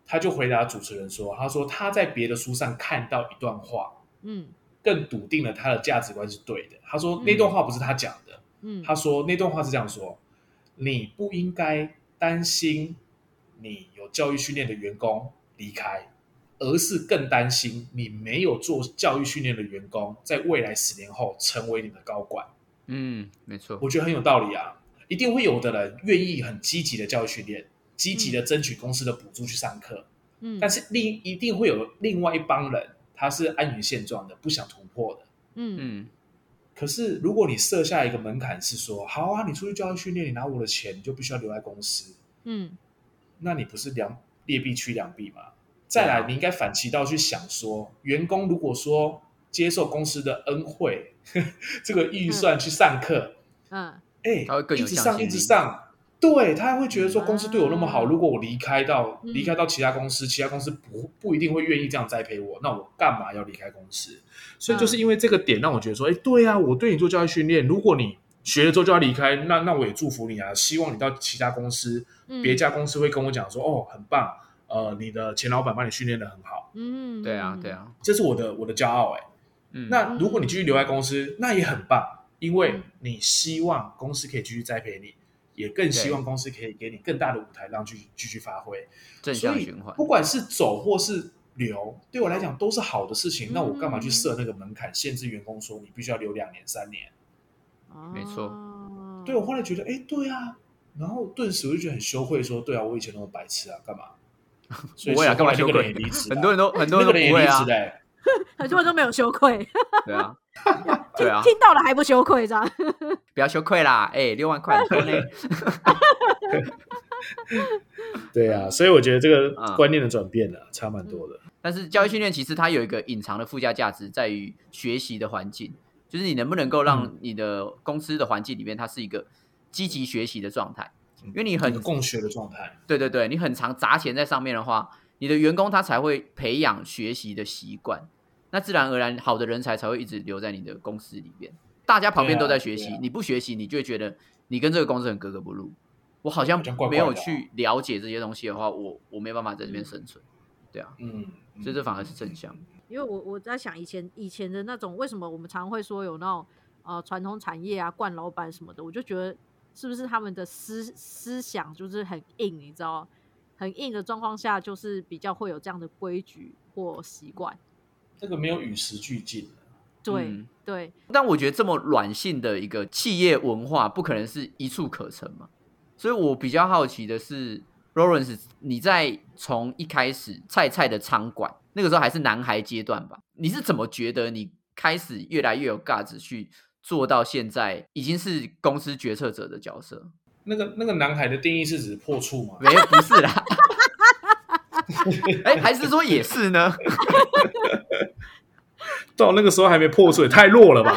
Speaker 3: 他就回答主持人说：“他说他在别的书上看到一段话，
Speaker 1: 嗯
Speaker 3: 更笃定了他的价值观是对的。他说那段话不是他讲的，
Speaker 1: 嗯，
Speaker 3: 他说那段话是这样说：你不应该担心你有教育训练的员工离开，而是更担心你没有做教育训练的员工在未来十年后成为你的高管。”
Speaker 2: 嗯，没错，
Speaker 3: 我觉得很有道理啊，一定会有的人愿意很积极的教育训练，积极的争取公司的补助去上课，
Speaker 1: 嗯，
Speaker 3: 但是另一定会有另外一帮人，他是安于现状的，不想突破的。
Speaker 1: 嗯
Speaker 2: 嗯
Speaker 3: 可是如果你设下一个门槛是说，好啊，你出去教育训练，你拿我的钱，你就必须要留在公司，
Speaker 1: 嗯
Speaker 3: 那你不是两劣币驱良币吗？再
Speaker 2: 对
Speaker 3: 来，
Speaker 2: 啊
Speaker 3: 你应该反其道去想说，员工如果说接受公司的恩惠， 这个预算去上课，
Speaker 1: 嗯
Speaker 3: 哎、
Speaker 2: 他会更有
Speaker 3: 一直
Speaker 2: 向
Speaker 3: 上
Speaker 2: 心
Speaker 3: 一直
Speaker 2: 力
Speaker 3: 上，对他会觉得说公司对我那么好，
Speaker 1: 啊
Speaker 3: 如果我离开到、
Speaker 1: 嗯
Speaker 3: 离开到其他公司，其他公司不不一定会愿意这样栽培我，那我干嘛要离开公司？所以
Speaker 1: 嗯
Speaker 3: 就是因为这个点让我觉得说，哎、对啊，我对你做教育训练，如果你学了之后就要离开，那那我也祝福你啊，希望你到其他公司，
Speaker 1: 嗯，
Speaker 3: 别家公司会跟我讲说，哦，很棒，呃，你的前老板帮你训练的很好，
Speaker 1: 嗯，嗯，
Speaker 2: 对啊
Speaker 1: 嗯
Speaker 2: 对，啊，
Speaker 3: 这是我的我的骄傲、哎。
Speaker 2: 嗯，
Speaker 3: 那如果你继续留在公司，那也很棒，因为
Speaker 1: 嗯
Speaker 3: 你希望公司可以继续栽培你，也更希望公司可以给你更大的舞台，让继续继续发挥。
Speaker 2: 正
Speaker 3: 所
Speaker 2: 向
Speaker 3: 以
Speaker 2: 循环，
Speaker 3: 不管是走或是留，对我来讲都是好的事
Speaker 2: 嗯
Speaker 3: 情。那我干嘛去设那个门槛，限制员工说你必须要留两年、三年？
Speaker 2: 没错
Speaker 1: 哦
Speaker 2: 嗯
Speaker 3: 对我后来觉得，哎，对啊，然后顿时我就觉得很羞愧，说对啊，我以前那么白痴啊， 干嘛？所以
Speaker 2: 不会啊
Speaker 3: 其实后来
Speaker 2: 干嘛羞
Speaker 3: 那个人
Speaker 2: 愧
Speaker 3: 也离职了，
Speaker 2: 很多人都很多
Speaker 3: 那
Speaker 2: 人都
Speaker 3: 个人也
Speaker 2: 不
Speaker 3: 离
Speaker 2: 会啊
Speaker 3: 职，嘞。
Speaker 1: 很多人都没有羞愧，
Speaker 2: 对啊，对啊，
Speaker 1: 听到了还不羞愧，这样。
Speaker 2: 不要羞愧啦，哎，六万块很多呢，
Speaker 3: 对啊，所以我觉得这
Speaker 2: 嗯
Speaker 3: 个观念的转变呢、啊差蛮多的。
Speaker 2: 但是教育训练其实它有一个隐藏的附加价值，在于学习的环境，就是你能不能够让
Speaker 3: 嗯
Speaker 2: 你的公司的环境里面，它是一个积极学习的状态。
Speaker 3: 因
Speaker 2: 为你很
Speaker 3: 共学嗯的状态，
Speaker 2: 对对对，你很常砸钱在上面的话，你的员工他才会培养学习的习惯，那自然而然好的人才才会一直留在你的公司里边。大家旁边
Speaker 3: 对啊
Speaker 2: 都在学习，
Speaker 3: 对啊
Speaker 2: 你不学习，你就会觉得你跟这个公司很格格不入。我好像
Speaker 3: 好像怪
Speaker 2: 没
Speaker 3: 怪的
Speaker 2: 有
Speaker 3: 啊
Speaker 2: 去了解这些东西的话，我我没办法在这边生存，啊
Speaker 3: 嗯，嗯
Speaker 2: 所以这反而是正向。
Speaker 1: 因为我我在想以前以前的那种，为什么我们常会说有那种呃传统产业啊、惯老板什么的，我就觉得是不是他们的思思想就是很硬，你知道，很硬的状况下，就是比较会有这样的规矩或习惯。
Speaker 3: 这个没有与时俱进。
Speaker 1: 对、
Speaker 2: 嗯
Speaker 1: 对，
Speaker 2: 但我觉得这么软性的一个企业文化，不可能是一触可成嘛。所以我比较好奇的是，Lawrence，你在从一开始菜菜的餐馆，那个时候还是男孩阶段吧，你是怎么觉得你开始越来越有 guts 去做到现在已经是公司决策者的角色？
Speaker 3: 那个那个男孩的定义是指破处吗？
Speaker 2: 没，不是啦。 哎、还是说也是呢？
Speaker 3: 到那个时候还没破处，也太弱了吧？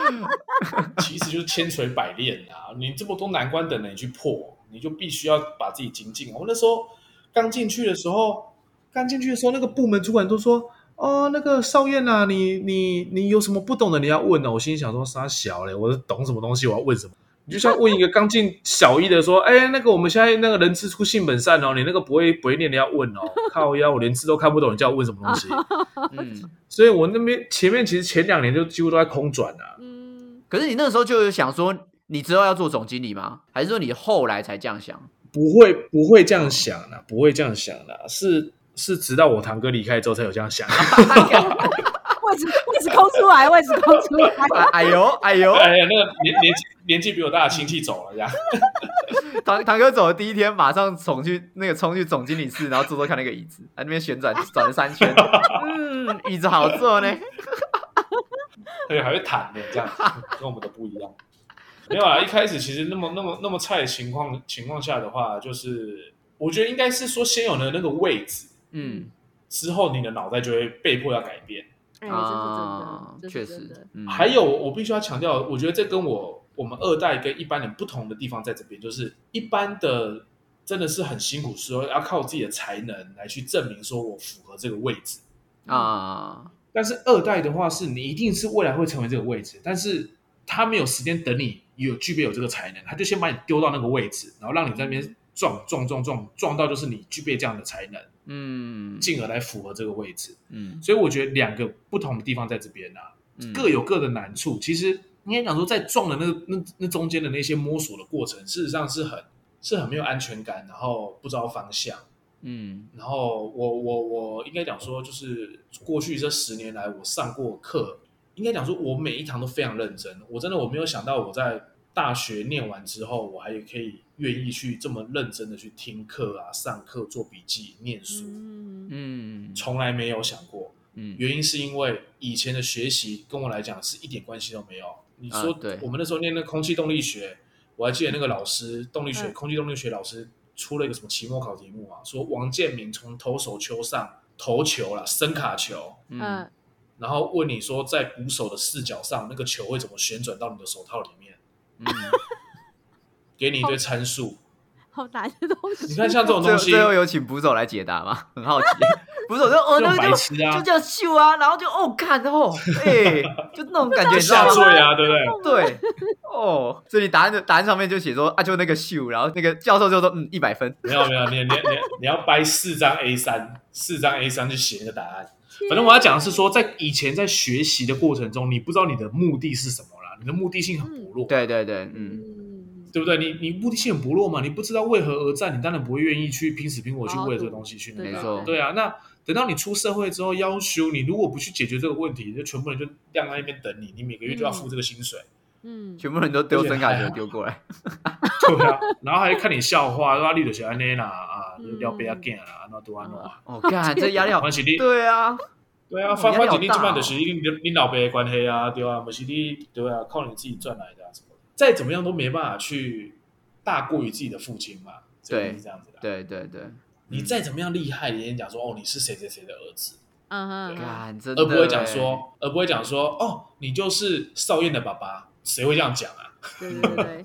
Speaker 3: 其实就是千锤百炼啊！你这么多难关等着你去破，你就必须要把自己精进。我那时候刚进去的时候，刚进去的时候，那个部门主管都说：“哦，那个少燕啊，你你你有什么不懂的你要问呢、哦我心里想说：“傻小嘞，我懂什么东西？我要问什么？”你就像问一个刚进小一的说：“哎，那个我们现在那个人之初性本善哦，你那个不会不会念的要问哦，靠腰，我连字都看不懂，你叫我问什么东西？”
Speaker 2: 嗯，
Speaker 3: 所以我那边前面其实前两年就几乎都在空转啊。
Speaker 1: 嗯，
Speaker 2: 可可是你那个时候就有想说，你之后要做总经理吗？还是说你后来才这样想？
Speaker 3: 不会不会这样想啦，不会这样想啦，是是直到我堂哥离开之后才有这样 想。
Speaker 1: 位置位置空出来，位置空出来。
Speaker 2: 哎呦哎呦，
Speaker 3: 哎呀，那个年年纪年纪比我大的亲戚走了，这样
Speaker 2: 堂堂哥走的第一天，马上冲去那个冲去总经理室，然后坐坐看那个椅子，在那边旋转转了三圈，嗯，椅子好坐呢。
Speaker 3: 对，哎还会弹的这样，跟我们的不一样。没有啊，一开始其实那么那么那么菜的情况情况下的话，就是我觉得应该是说先有了那个位置，
Speaker 2: 嗯，
Speaker 3: 之后你的脑袋就会被迫要改变。
Speaker 1: 哎，
Speaker 2: 啊，
Speaker 1: 这是真的，这
Speaker 2: 确
Speaker 1: 是真的
Speaker 2: 实。，嗯
Speaker 3: 还有，我必须要强调，我觉得这跟我我们二代跟一般人不同的地方在这边，就是一般的真的是很辛苦，说要靠自己的才能来去证明说我符合这个位置。
Speaker 2: 啊，
Speaker 3: 但是二代的话，是你一定是未来会成为这个位置，但是他没有时间等你有具备有这个才能，他就先把你丢到那个位置，然后让你在那边撞撞撞撞撞到就是你具备这样的才能，
Speaker 2: 嗯
Speaker 3: 进而来符合这个位置。
Speaker 2: 嗯
Speaker 3: 所以我觉得两个不同的地方在这边啊。
Speaker 2: 嗯，
Speaker 3: 各有各的难处。其实应该讲说，在撞的那那那中间的那些摸索的过程，事实上是很是很没有安全感，然后不知道方向。
Speaker 2: 嗯
Speaker 3: 然后我我我应该讲说，就是过去这十年来，我上过课，应该讲说我每一堂都非常认真。我真的我没有想到我在大学念完之后，我还可以愿意去这么认真的去听课啊、上课、做笔记、念书，
Speaker 1: 嗯，
Speaker 2: 嗯
Speaker 3: 从来没有想过。
Speaker 2: 嗯
Speaker 3: 原因是因为以前的学习跟我来讲是一点关系都没有。你说，
Speaker 2: 啊对
Speaker 3: 我们那时候念那空气动力学，我还记得那个老师，动力学、
Speaker 1: 嗯
Speaker 3: 空气动力学老师出了一个什么期末考题目啊，说王建民从投手球上投球了，伸卡球，
Speaker 1: 嗯，
Speaker 3: 然后问你说在捕手的视角上，那个球会怎么旋转到你的手套里面，
Speaker 2: 嗯，
Speaker 3: 给你一堆参数。
Speaker 1: 好难的东西。
Speaker 3: 你看像这种
Speaker 2: 最
Speaker 3: 东西，
Speaker 2: 最后有请捕手来解答吗？ 很好奇，捕手说哦，
Speaker 3: 这
Speaker 2: 那
Speaker 3: 种白
Speaker 2: 个就
Speaker 3: 痴啊
Speaker 2: 就叫秀啊，然后就哦看哦，哎，就那种感觉，
Speaker 3: 就
Speaker 2: 你知道
Speaker 3: 下
Speaker 2: 吗
Speaker 3: 坠？啊，对不对？
Speaker 2: 对，哦，所以你答案的答案上面就写说啊，就那个秀，然后那个教授就说嗯一百分，
Speaker 3: 没有没有，你你你你要掰四张 A 三，四张 A 三去写那个答案。
Speaker 1: 天
Speaker 3: 反正我要讲的是说，在以前在学习的过程中，你不知道你的目的是什么啦，你的目的性很薄弱，
Speaker 2: 对对对，嗯
Speaker 1: 嗯，
Speaker 3: 对不对？你你目的性很薄弱嘛，你不知道为何而战，你当然不会愿意去拼死拼活去为了这个东西去
Speaker 1: 哦
Speaker 3: 那
Speaker 1: 对
Speaker 2: 没
Speaker 3: 个。
Speaker 2: 错
Speaker 3: 对啊，那等到你出社会之后，要求你如果不去解决这个问题，就全部人就晾在那边等你，你每个月就要付这个 薪水。
Speaker 1: 嗯，
Speaker 2: 全部人都丢声卡球丢过来，
Speaker 3: 对啊，然后还看你笑话，说绿的小安内啦啊，
Speaker 1: 嗯
Speaker 3: 撩贝啊 g 啦，那多安诺啊，
Speaker 2: 哦，干这压力好
Speaker 3: 关，系你
Speaker 2: 对啊，
Speaker 3: 对啊，
Speaker 2: 嗯
Speaker 3: 翻
Speaker 2: 压力
Speaker 3: 翻
Speaker 2: 好
Speaker 3: 几你基
Speaker 2: 大
Speaker 3: 本
Speaker 2: 哦
Speaker 3: 就是你的你老爸的关系啊，对啊，不是你对啊，靠你自己赚来的啊什么的，再怎么样都没办法去大过于自己的父亲嘛，这个
Speaker 2: 对
Speaker 3: 是这样子的啊。
Speaker 2: 对对对，
Speaker 3: 你再怎么样厉害，人家讲说哦你是谁谁谁的儿子，
Speaker 1: 嗯嗯嗯，
Speaker 2: 干真的
Speaker 3: 而
Speaker 2: 欸，
Speaker 3: 不会讲说，而不会讲说哦你就是少燕的爸爸，谁会这样讲啊？
Speaker 1: 对对对对，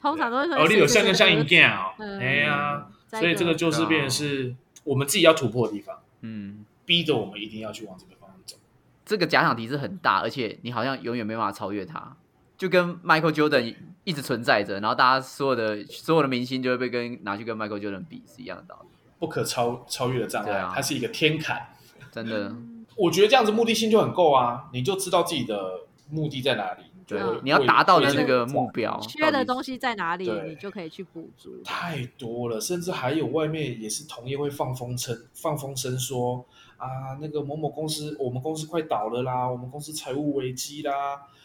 Speaker 1: 通常都会说
Speaker 3: 哦，你有像
Speaker 1: 谁
Speaker 3: 跟像银
Speaker 1: 谁谁谁
Speaker 3: g 哦，
Speaker 1: 嗯
Speaker 3: 哎呀，
Speaker 1: 再一
Speaker 3: 所以这个就是
Speaker 2: 对啊
Speaker 3: 变成是我们自己要突破的地方，
Speaker 2: 嗯，
Speaker 3: 逼着我们一定要去往这个方向走。
Speaker 2: 这个假想敌是很大，而且你好像永远没办法超越他，就跟 Michael Jordan 一直存在着，然后大家所有的所有的明星就会被跟拿去跟 Michael Jordan 比是一样的道理，
Speaker 3: 不可超超越的障碍，
Speaker 2: 对啊
Speaker 3: 它是一个天坎。
Speaker 2: 真的，
Speaker 1: 嗯
Speaker 3: 我觉得这样子目的性就很够啊，你就知道自己的目的在哪里。就
Speaker 2: 对
Speaker 3: 会
Speaker 1: 嗯，
Speaker 2: 你要达到的那个
Speaker 3: 会
Speaker 2: 目标，
Speaker 1: 缺的
Speaker 2: 到底
Speaker 1: 东西在哪里，
Speaker 3: 对
Speaker 1: 你就可以去补足。
Speaker 3: 太多了，甚至还有外面也是同业会放风声，放风声说啊，那个某某公司，我们公司快倒了啦，我们公司财务危机啦，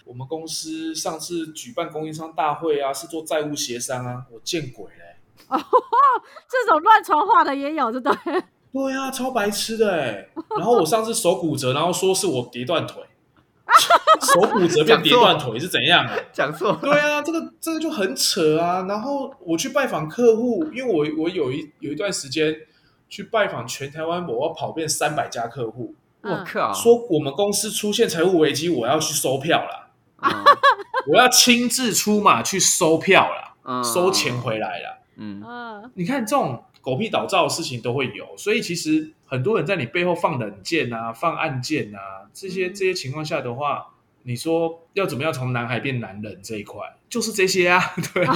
Speaker 3: 我们公司上次举办供应商大会啊，是做债务协商啊，我见鬼嘞、
Speaker 1: 这种乱传话的也有，这对。
Speaker 3: 对啊，超白痴的哎、然后我上次手骨折，然后说是我跌断腿， 手骨折变跌断腿是怎样、啊？
Speaker 2: 讲错了，
Speaker 3: 对啊，这个这个就很扯啊。然后我去拜访客户，因为我我有一有一段时间去拜访全台湾，我要跑遍三百家客户，
Speaker 2: 我
Speaker 1: 嗯
Speaker 2: 靠，
Speaker 3: 说我们公司出现财务危机，我要去收票啦，
Speaker 2: 嗯
Speaker 3: 我要亲自出马去收票啦，
Speaker 2: 嗯
Speaker 3: 收钱，回来啦。
Speaker 2: 嗯嗯
Speaker 1: 嗯，
Speaker 3: 你看这种狗屁倒灶的事情都会有，所以其实很多人在你背后放冷箭啊、放暗箭啊，这些
Speaker 1: 嗯
Speaker 3: 这些情况下的话，你说要怎么样从男孩变男人这一块，就是这些啊，对啊，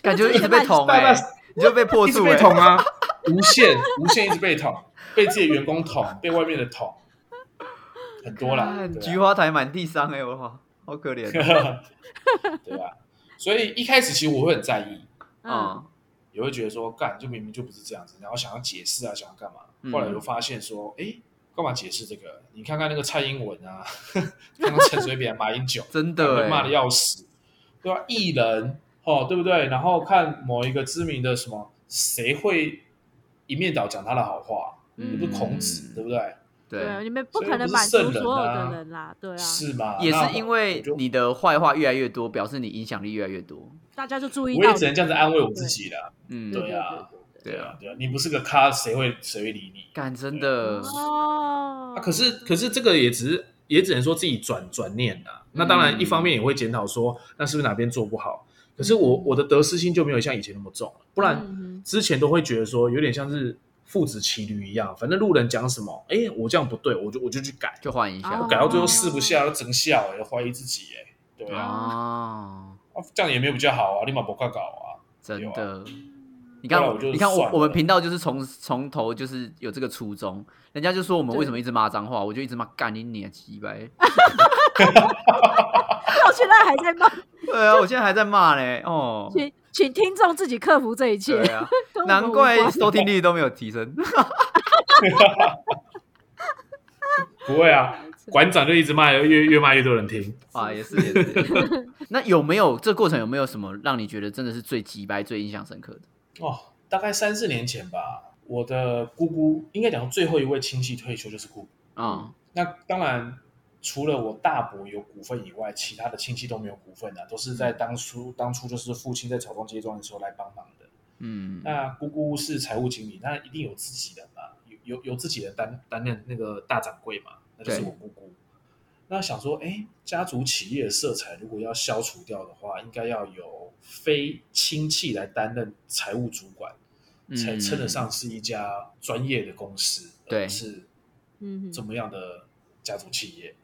Speaker 2: 感觉一直被捅
Speaker 3: 大
Speaker 2: 哎、
Speaker 3: 概
Speaker 2: 你就被破
Speaker 3: 一直
Speaker 2: 处、
Speaker 3: 被
Speaker 2: 欸，
Speaker 3: 捅啊， 无限无限一直被捅，被自己的员工捅，被外面的捅，很多啦，
Speaker 2: 看
Speaker 3: 对啊
Speaker 2: 菊花台满地伤哎、我靠，好可 怜哦。
Speaker 3: 对吧？所以一开始其实我会很在意，
Speaker 1: 嗯，
Speaker 2: 嗯
Speaker 3: 也会觉得说干就明明就不是这样子，然后想要解释啊，想要干嘛？
Speaker 2: 嗯
Speaker 3: 后来就发现说，哎、干嘛解释这个？你看看那个蔡英文啊， 看看陈水扁、马英九，
Speaker 2: 真的
Speaker 3: 被骂的
Speaker 2: 哎，
Speaker 3: 要死，对吧、艺人哦，对不对？然后看某一个知名的什么，谁会一面倒讲他的好话？
Speaker 1: 嗯
Speaker 3: 又不是孔子，对不对？啊
Speaker 1: 对，
Speaker 2: 对，
Speaker 1: 你们不
Speaker 3: 所以
Speaker 1: 可
Speaker 3: 不
Speaker 1: 能
Speaker 3: 是
Speaker 1: 满
Speaker 3: 圣
Speaker 1: 足
Speaker 3: 人
Speaker 1: 所有的
Speaker 3: 啊
Speaker 1: 人啦，对啊，
Speaker 3: 是吗？
Speaker 2: 也
Speaker 3: 那
Speaker 2: 是因为
Speaker 3: 我就
Speaker 2: 你的坏话越来越多，表示你影响力越来越多。
Speaker 1: 大家就注意
Speaker 3: 我
Speaker 1: 到
Speaker 3: 也
Speaker 1: 你，
Speaker 3: 只能这样子安慰我自己了。
Speaker 2: 嗯，
Speaker 1: 对
Speaker 3: 对啊
Speaker 1: 对对对
Speaker 2: 对啊，，
Speaker 3: 对啊，你不是个咖，谁会谁会理你？
Speaker 2: 干真
Speaker 1: 嗯
Speaker 2: 的，
Speaker 1: 哦
Speaker 3: 啊，可是可是这个也只是也只能说自己转转念啊。那当然，一方面也会检讨说，那是不是哪边做不好？可是我我的得失心就没有像以前那么重了，不然
Speaker 1: 嗯
Speaker 3: 之前都会觉得说有点像是父子骑驴一样，反正路人讲什么，哎，我这样不对，我就我就去改，
Speaker 2: 就换一下
Speaker 1: 哦
Speaker 3: 改到最后试不下，要整笑，哎，怀疑自己，哎，对啊，
Speaker 2: 哦，
Speaker 3: 啊这样也没有比较好啊，立马不快搞啊，
Speaker 2: 真
Speaker 3: 对
Speaker 2: 的。你看
Speaker 3: 后来
Speaker 2: 我
Speaker 3: 我就，
Speaker 2: 你看我
Speaker 3: 算，了
Speaker 2: 我们频道就是从从头就是有这个初衷，人家就说我们为什么一直骂脏话，我就一直骂干你你鸡掰。
Speaker 1: 到现在还在骂，
Speaker 2: 对啊，我现在还在骂嘞，哦，
Speaker 1: 请请听众自己克服这一切
Speaker 2: 对，啊，
Speaker 1: 跟我们
Speaker 2: 难
Speaker 1: 无
Speaker 2: 怪
Speaker 1: 关
Speaker 2: 收听率都没有提升。
Speaker 3: 不会 啊，馆长就一直骂，越越骂越多人听。
Speaker 2: 啊，也是也是。也是那有没有这过程有没有什么让你觉得真的是最鸡掰、最印象深刻的？
Speaker 3: 哦，大概三四年前吧，我的姑姑应该讲最后一位亲戚退休就是姑姑。
Speaker 2: 啊、
Speaker 3: 那当然，除了我大伯有股份以外，其他的亲戚都没有股份的、都是在当初当初就是父亲在草创阶段的时候来帮忙的。
Speaker 2: 嗯，
Speaker 3: 那姑姑是财务经理，那一定有自己人嘛，有有有自己人担担任那个大掌柜嘛，那就是
Speaker 2: 对
Speaker 3: 我姑姑。那想说，哎，家族企业的色彩如果要消除掉的话，应该要有非亲戚来担任财务主管。
Speaker 2: 嗯
Speaker 3: 才称得。上是一家专业的公司，
Speaker 2: 对
Speaker 3: 而不是
Speaker 1: 嗯
Speaker 3: 怎
Speaker 1: 哼，
Speaker 3: 么样的家族企业。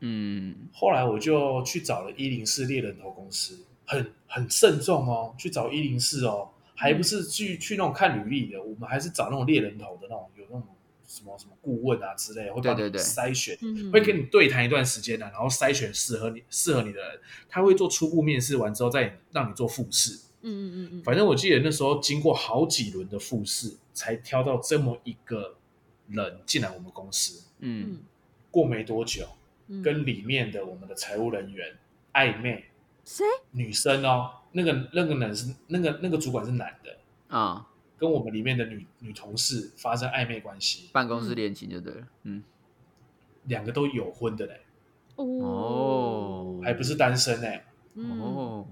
Speaker 2: 嗯，
Speaker 3: 后来我就去找了一零四猎人头公司，很很慎重哦，去找一零四哦，还不
Speaker 2: 嗯
Speaker 3: 是去去那种看履历的，我们还是找那种猎人头的那种，有那种什么什么顾问啊之类，会帮你
Speaker 2: 对对对
Speaker 3: 筛选，
Speaker 1: 嗯
Speaker 3: 会
Speaker 1: 哼，
Speaker 3: 跟你对谈一段时间的、啊然后筛选适合你适合你的人，他会做初步面试完之后再让你做复试。
Speaker 1: 嗯嗯嗯嗯，
Speaker 3: 反正我记得那时候经过好几轮的复试，才挑到这么一个人进来我们公司。
Speaker 2: 嗯
Speaker 3: 过没多久，
Speaker 1: 嗯
Speaker 3: 跟里面的我们的财务人员暧昧，
Speaker 1: 谁？
Speaker 3: 女生哦，那个那个男是那个那个主管是男的，
Speaker 2: 啊，
Speaker 3: 跟我们里面的女女同事发生暧昧关系，
Speaker 2: 办公室恋情就对了。嗯，
Speaker 3: 两个都有婚的嘞，
Speaker 2: 哦，
Speaker 3: 还不是单身嘞，
Speaker 1: 嗯，
Speaker 2: 哦，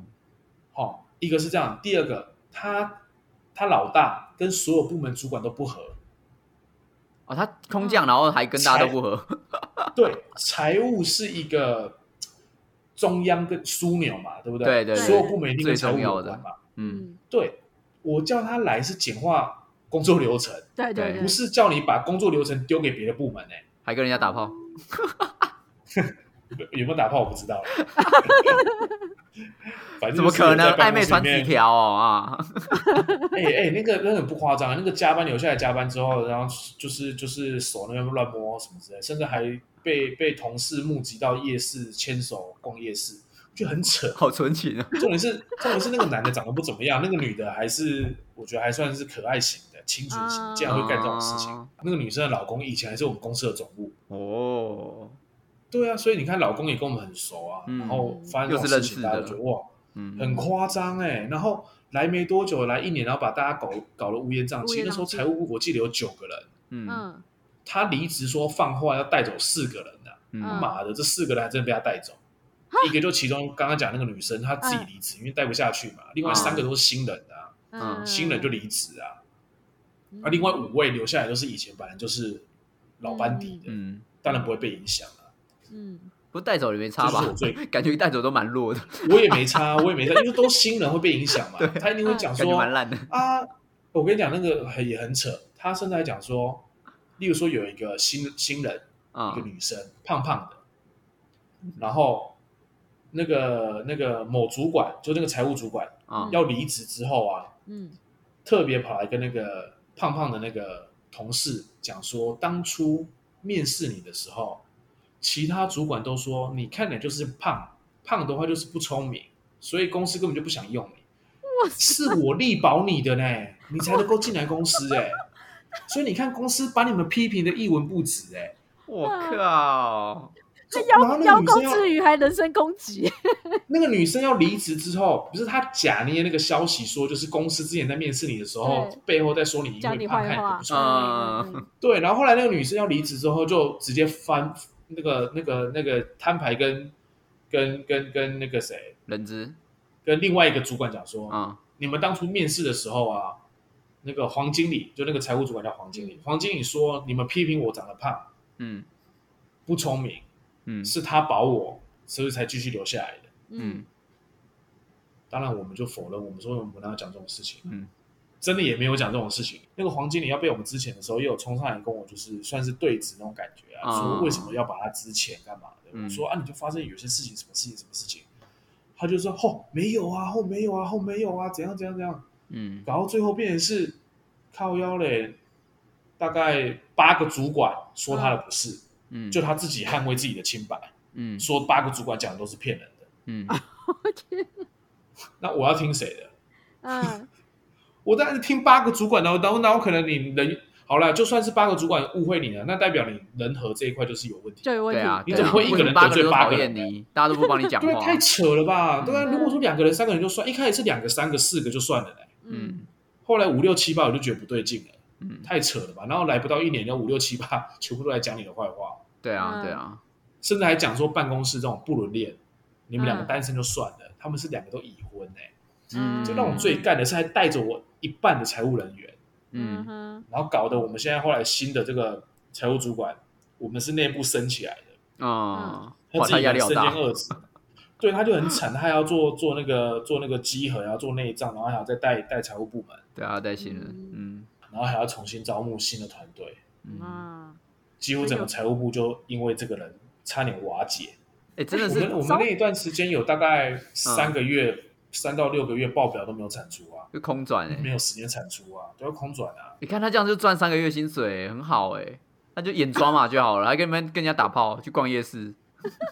Speaker 3: 哦，一个是这样，第二个他他老大跟所有部门主管都不合，
Speaker 2: 哦，他空降，然后还跟大家都不合。
Speaker 3: 对，财务是一个中央跟枢纽嘛，对不
Speaker 2: 对
Speaker 3: 对？
Speaker 2: 对
Speaker 1: 对
Speaker 3: 所有部门一定跟
Speaker 2: 最
Speaker 3: 财务
Speaker 2: 重要
Speaker 3: 有
Speaker 2: 的
Speaker 3: 关嘛。
Speaker 2: 嗯，
Speaker 3: 对，我叫他来是简化工作流程，
Speaker 1: 对对对，
Speaker 3: 不是叫你把工作流程丢给别的部门欸诶、
Speaker 2: 还跟人家打炮。
Speaker 3: 有有没有打炮我 不知道啦。反正
Speaker 2: 怎么
Speaker 3: 就是
Speaker 2: 可能？
Speaker 3: 在办
Speaker 2: 暧
Speaker 3: 公
Speaker 2: 昧
Speaker 3: 室
Speaker 2: 传
Speaker 3: 里
Speaker 2: 纸
Speaker 3: 面
Speaker 2: 条哦啊！
Speaker 3: 哎哎，那个那个很不夸张，那个加班留下来加班之后，然后就是就是手那边乱摸什么之类，甚至还被被同事目击到夜市牵手逛夜市，就很扯。
Speaker 2: 好纯情啊！
Speaker 3: 重点是，重点是那个男的长得不怎么样，那个女的还是我觉得还算是可爱型的、清纯型，竟然会干这种事情。
Speaker 2: 啊
Speaker 3: 那个女生的老公以前还是我们公司的总务，
Speaker 2: 哦，
Speaker 3: 对啊，所以你看老公也跟我们很熟啊，
Speaker 2: 嗯
Speaker 3: 然后发生这种
Speaker 2: 又是认
Speaker 3: 事
Speaker 2: 识
Speaker 3: 情，
Speaker 2: 的
Speaker 3: 大家都觉得哇，
Speaker 2: 嗯，
Speaker 3: 很夸张哎。然后来没多久，来一年，然后把大家搞搞得乌烟瘴
Speaker 1: 乌
Speaker 3: 气。
Speaker 1: 烟瘴气
Speaker 3: 那时候财务部我记得有九个人，
Speaker 2: 嗯
Speaker 1: 嗯，
Speaker 3: 他离职说放话要带走四个人啊，
Speaker 1: 嗯
Speaker 3: 妈的，这四个人还真的被他带走。一个就其中刚刚讲那个女生，她自己
Speaker 1: 嗯
Speaker 3: 离职，因为带不下去嘛。另外
Speaker 2: 嗯
Speaker 3: 三个都是新人啊，
Speaker 2: 嗯
Speaker 3: 新人就离职啊，
Speaker 1: 嗯
Speaker 3: 啊，另外五位留下来都是以前本来就是老班底的，
Speaker 2: 嗯，
Speaker 3: 当然不会被影响啊。
Speaker 1: 嗯，
Speaker 2: 不带走也没差
Speaker 3: 这就
Speaker 2: 吧
Speaker 3: 是？我最，
Speaker 2: 感觉带走都蛮弱的，
Speaker 3: 我也没差，我也没差，因为都新人会被影响嘛。 他一定会讲
Speaker 2: 感觉
Speaker 3: 说
Speaker 2: 蛮烂的。
Speaker 3: 啊，我跟你讲那个很也很扯，他甚至还讲说，例如说有一个新新人，
Speaker 2: 啊
Speaker 3: 一个女生，胖胖的，然后那个那个某主管，就那个财务主管
Speaker 2: 啊
Speaker 3: 要离职之后啊，
Speaker 1: 嗯，
Speaker 3: 特别跑来跟那个胖胖的那个同事讲说，当初面试你的时候，其他主管都说你看起来就是胖，胖的话就是不聪明，所以公司根本就不想用你。是我力保你的呢，你才能够进来公司哎、所以你看，公司把你们批评的一文不值哎、
Speaker 2: 我靠！
Speaker 1: 这
Speaker 3: 然
Speaker 1: 邀
Speaker 3: 后那
Speaker 1: 邀
Speaker 3: 个女
Speaker 1: 功
Speaker 3: 生要
Speaker 1: 之余还人身攻击，
Speaker 3: 那个女生要离职之后，不是她假捏那个消息说，就是公司之前在面试你的时候
Speaker 1: 对，
Speaker 3: 背后在说你因
Speaker 1: 讲你
Speaker 3: 为胖
Speaker 1: 坏
Speaker 3: 害
Speaker 1: 话
Speaker 3: 啊不，错。啊
Speaker 2: 嗯
Speaker 1: 嗯
Speaker 3: 对，然后后来那个女生要离职之后，就直接翻那个那个那个摊牌跟跟跟跟那个谁，
Speaker 2: 人资
Speaker 3: 跟另外一个主管讲说，
Speaker 2: 啊，
Speaker 3: 你们当初面试的时候啊，那个黄经理就那个财务主管叫黄经理，黄经理说你们批评我长得胖
Speaker 2: 嗯
Speaker 3: 不聪明，
Speaker 2: 嗯
Speaker 3: 是他保我，所以才继续留下来的。
Speaker 1: 嗯
Speaker 2: 嗯，
Speaker 3: 当然，我们就否认，我们说我们哪有讲这种事情，
Speaker 2: 嗯，
Speaker 3: 真的也没有讲这种事情。那个黄经理要被我们之前的时候，也有冲上来跟我，就是算是对质那种感觉啊，
Speaker 2: 啊
Speaker 3: 说为什么要把他之前干嘛的？
Speaker 2: 嗯
Speaker 3: 我说啊，你就发现有些事情，什么事情，什么事情，他就说哦，没有啊，哦，没有啊，哦，没有啊，怎样怎样怎样，
Speaker 2: 嗯
Speaker 3: 搞到最后变成是靠腰嘞，大概八个主管说他的不是，
Speaker 2: 嗯，
Speaker 3: 就他自己捍卫自己的清白，
Speaker 2: 嗯
Speaker 3: 说啊八个主管讲的都是骗人的，
Speaker 2: 嗯
Speaker 1: 我天，
Speaker 3: 那我要听谁的？
Speaker 1: 嗯，
Speaker 3: 我当然是听八个主管的，然后然后可能你人好了，就算是八个主管误会你了，那代表你人和这一块就是有问题。
Speaker 1: 就有问
Speaker 2: 对
Speaker 1: 题，
Speaker 2: 啊，
Speaker 3: 你
Speaker 2: 对
Speaker 3: 怎么
Speaker 2: 啊
Speaker 3: 会
Speaker 2: 为
Speaker 3: 一个
Speaker 2: 什
Speaker 3: 人
Speaker 2: 么八
Speaker 3: 得
Speaker 2: 个
Speaker 3: 罪
Speaker 2: 人都
Speaker 3: 八
Speaker 2: 讨
Speaker 3: 个
Speaker 2: 厌
Speaker 3: 人
Speaker 2: 你，大家都不帮你讲
Speaker 3: 对，
Speaker 2: 话
Speaker 3: 太，扯了吧？
Speaker 2: 嗯
Speaker 3: 对啊，
Speaker 1: 嗯
Speaker 3: 如果说两个人、三个人就算，一开始是两个、三个、四个就算了嘞，
Speaker 1: 嗯，
Speaker 2: 嗯
Speaker 3: 后来五六七八我就觉得不对劲了，
Speaker 2: 嗯，
Speaker 3: 太扯了吧？然后来不到一年，要五六七八全部都来讲你的坏话，
Speaker 2: 对啊
Speaker 1: 嗯
Speaker 2: 对啊，
Speaker 3: 甚至还讲说办公室这种不伦恋，你们两个
Speaker 1: 嗯
Speaker 3: 单身就算了，他们是两个都已婚哎、
Speaker 1: 嗯
Speaker 2: 嗯，
Speaker 3: 就让我最干的是还带着我一半的财务人员。
Speaker 1: 嗯
Speaker 2: 嗯
Speaker 1: 哼，
Speaker 3: 然后搞得我们现在后来新的这个财务主管，我们是内部升起来的，
Speaker 2: 哦，
Speaker 3: 他
Speaker 2: 哇，
Speaker 3: 自
Speaker 2: 他
Speaker 3: 己
Speaker 2: 压力好
Speaker 3: 身兼
Speaker 2: 大，
Speaker 3: 二职，对，他就很惨，他还要做做那个做那个稽核，然后做内账，然后还要再带带财务部门，
Speaker 2: 对啊，带新人，嗯
Speaker 3: 然后还要重新招募新的团队，
Speaker 2: 嗯，
Speaker 1: 嗯，
Speaker 3: 几乎整个财务部就因为这个人差点瓦解。
Speaker 2: 哎，真的
Speaker 3: 我
Speaker 2: 是嗯
Speaker 3: 们我们那一段时间有大概三个月、三到六个月报表都没有产出啊，
Speaker 2: 就空转哎
Speaker 3: 没，有时间产出啊，都要空转啊。
Speaker 2: 你看他这样就赚三个月薪水，很好哎、那就演抓马就好了，还跟你们跟人家打炮，去逛夜市，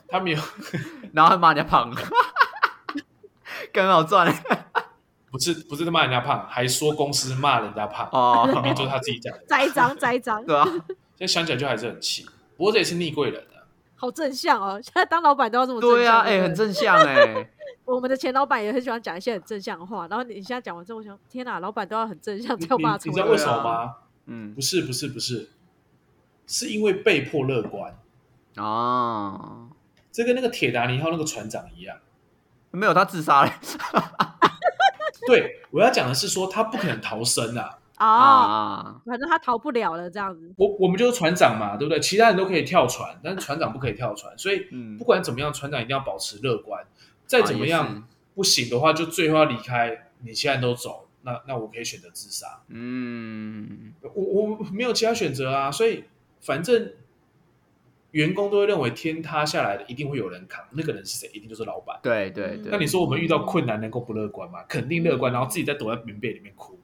Speaker 3: 他没有，
Speaker 2: 然后还骂人家胖， 更好赚欸
Speaker 3: 不是不是骂人家胖，还说公司骂人家胖，明
Speaker 2: 哦，
Speaker 3: 明 就是他自己讲的。
Speaker 1: 栽 赃栽赃，
Speaker 2: 对啊，
Speaker 3: 现在想起来就还是很气。不过这也是逆贵人啊，
Speaker 1: 好正向哦，现在当老板都要这么正向，
Speaker 2: 对啊，哎、
Speaker 1: 哎，
Speaker 2: 很。正向哎、
Speaker 1: 我们的前老板也很喜欢讲一些很正向的话，然后你现在讲完之后，我想，天哪，老板都要很正向
Speaker 3: 你
Speaker 1: 才有
Speaker 3: 你
Speaker 1: 办法
Speaker 3: 你
Speaker 1: 冲
Speaker 3: 知道
Speaker 1: 突
Speaker 3: 为什么吗？
Speaker 2: 嗯
Speaker 3: 不是不是不是，是因为被迫乐观。
Speaker 2: 哦，
Speaker 3: 这跟那个铁达尼号那个船长一样。
Speaker 2: 没有他自杀了
Speaker 1: 啊
Speaker 3: 对，我要讲的是说他不可能逃生啊。
Speaker 1: 啊，
Speaker 2: 啊，
Speaker 1: 反正他逃不了了，这样子，
Speaker 3: 我我们就是船长嘛，对不对？其他人都可以跳船，但是船长不可以跳船。所以
Speaker 2: 嗯
Speaker 3: 不，管怎么样，船长一定要保持乐观。再怎
Speaker 2: 啊
Speaker 3: 么
Speaker 2: 也是
Speaker 3: 样不行的话，就最后要离开，你现在都走，那那我可以选择自杀。
Speaker 2: 嗯，
Speaker 3: 我我没有其他选择啊，所以反正员工都会认为天塌下来的一定会有人扛，那个人是谁，一定就是老板。
Speaker 2: 对对对，
Speaker 3: 那你说我们遇到困难能够不乐观吗？肯定乐观，然后自己再躲在棉被里面哭，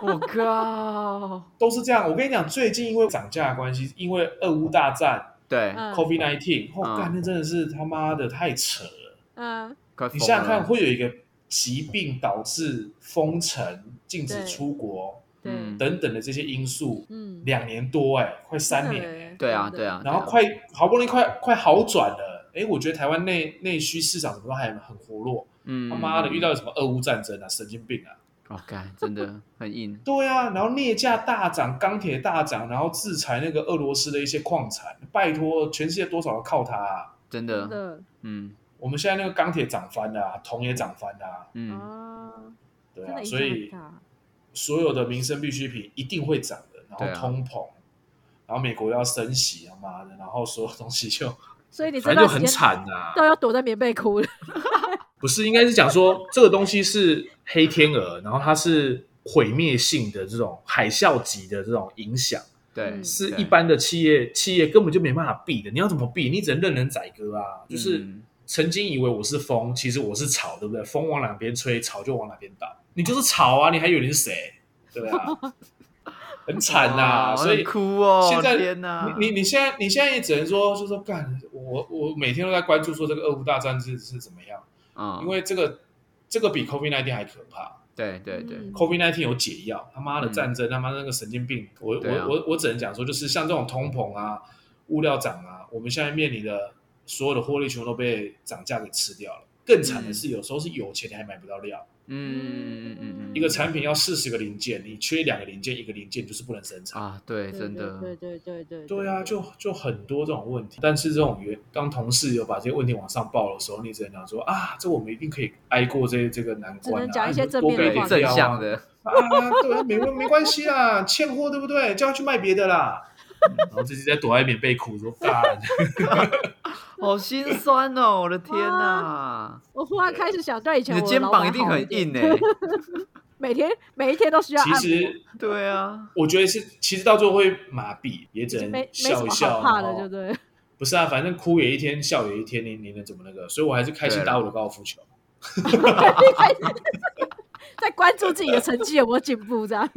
Speaker 2: 我
Speaker 1: 哦
Speaker 2: 靠，
Speaker 3: 都是这样。我跟你讲，最近因为涨价的关系，因为俄乌大战、
Speaker 2: 对，
Speaker 1: 嗯
Speaker 3: COVID nineteen，哦，
Speaker 2: 嗯
Speaker 3: 干那真的是他妈的太扯了。
Speaker 1: 嗯
Speaker 2: 快
Speaker 3: 你
Speaker 2: 疯
Speaker 3: 想想看，
Speaker 2: 了，啊
Speaker 3: 会有一个疾病导致封城、禁止
Speaker 1: 对
Speaker 3: 出国
Speaker 1: 对
Speaker 2: 嗯，
Speaker 3: 等等的这些因素，
Speaker 1: 嗯，
Speaker 3: 两年多哎、快三
Speaker 1: 真
Speaker 3: 年
Speaker 1: 的
Speaker 3: 哎、
Speaker 1: 欸
Speaker 2: 对啊
Speaker 1: 真的
Speaker 2: 对啊，
Speaker 3: 然后
Speaker 2: 对啊，
Speaker 3: 快好不容易快快好转了，哎，我觉得台湾内内需市场什么都还很活络。
Speaker 2: 嗯，
Speaker 3: 他妈的，遇到什么俄乌战争啊，神经病啊！
Speaker 2: 哦，干真的很硬，
Speaker 3: 对啊，然后镍价大涨，钢铁大涨，然后制裁那个俄罗斯的一些矿产，拜托，全世界多少要靠它啊！
Speaker 2: 真
Speaker 1: 真
Speaker 2: 的，
Speaker 1: 的
Speaker 2: 嗯
Speaker 3: 我们现在那个钢铁涨翻了、啊，铜也涨翻了、啊，
Speaker 2: 嗯。
Speaker 1: 啊，
Speaker 3: 对
Speaker 1: 真的
Speaker 3: 啊，
Speaker 1: 影
Speaker 3: 所
Speaker 1: 响很
Speaker 3: 以
Speaker 1: 大，
Speaker 3: 所有的民生必需品一定会涨的，然
Speaker 2: 对
Speaker 3: 后
Speaker 2: 啊
Speaker 3: 通膨，然后美国要升息，他妈的，然后所有东西就
Speaker 1: 所以你这
Speaker 3: 反
Speaker 1: 段
Speaker 3: 正就
Speaker 1: 时
Speaker 3: 很
Speaker 1: 间
Speaker 3: 惨啊呐、
Speaker 1: 都要躲在棉被哭了，
Speaker 3: 不是，应该是讲说这个东西是黑天鹅，然后它是毁灭性的这种海啸级的这种影响，
Speaker 2: 对，
Speaker 1: 嗯
Speaker 3: 是
Speaker 2: 对
Speaker 3: 一般的企业企业根本就没办法避的。你要怎么避？你只能任人宰割啊！就是
Speaker 2: 嗯
Speaker 3: 曾经以为我是风，其实我是草，对不对？风往哪 边吹，草就往哪边倒。你就是草啊！你还以为你是谁？对啊，很惨呐、
Speaker 2: 哇
Speaker 3: 所
Speaker 2: 很
Speaker 3: 以
Speaker 2: 哭哦，
Speaker 3: 现在
Speaker 2: 天哪，
Speaker 3: 你你你现在你现在也只能说，就说干我我每天都在关注说这个俄乌大战是是怎么样，
Speaker 2: 嗯，
Speaker 3: 因为这个这个比 COVID 1 9还可怕。
Speaker 2: 对对对，
Speaker 1: 嗯
Speaker 3: COVID 1 9有解药，他妈的
Speaker 2: 嗯
Speaker 3: 战争，他妈那个神经病，我、
Speaker 2: 对啊
Speaker 3: 我我我只能讲说，就是像这种通膨啊、物料涨啊，我们现在面临的所有的获利全部都被涨价给吃掉了。更
Speaker 2: 嗯
Speaker 3: 惨的是，有时候是有钱你还买不到料，
Speaker 2: 嗯嗯嗯嗯嗯，
Speaker 3: 一个产品要四十个零件，你缺两个零件，一个零件就是不能生产。
Speaker 2: 啊，对，
Speaker 1: 对
Speaker 2: 真
Speaker 1: 对
Speaker 2: 的，
Speaker 1: 对对对对
Speaker 3: 对啊，就就很多这种问题，但是这种原当同事有把这些问题往上报的时候，你只能讲说啊，这我们一定可以挨过这这个难关、啊，
Speaker 1: 只能讲一些正
Speaker 3: 多
Speaker 1: 面的
Speaker 3: 备
Speaker 2: 对
Speaker 1: 话
Speaker 3: 点
Speaker 2: 正
Speaker 3: 料啊
Speaker 2: 向的，
Speaker 3: 啊，对啊，没问没关系啦，欠货对不对？叫他去卖别的啦。然后自己在躲在棉被哭说：“干，
Speaker 2: 好心酸哦，我的天哪，
Speaker 1: 我忽然开始想，对以前
Speaker 2: 你的
Speaker 1: 我
Speaker 2: 肩
Speaker 1: 老
Speaker 2: 膀
Speaker 1: 板
Speaker 2: 一定
Speaker 1: 好
Speaker 2: 很
Speaker 1: 点
Speaker 2: 硬，欸呢。
Speaker 1: 每天每一天都 需要按
Speaker 3: 其
Speaker 1: 摩。
Speaker 3: 实
Speaker 2: 对 啊，
Speaker 3: 我觉得是，其实到最后会麻痹，也只
Speaker 1: 没没
Speaker 3: 能
Speaker 1: 什
Speaker 3: 笑一
Speaker 1: 么好
Speaker 3: 笑。
Speaker 1: 怕的，
Speaker 3: 然后
Speaker 1: 就对。
Speaker 3: 不是啊，反正哭也一天，笑也一天，你你能怎么那个？所以我还是开心
Speaker 2: 对
Speaker 3: 打我的高尔夫球。
Speaker 1: 在关注自己的成绩有没有进步， 这样。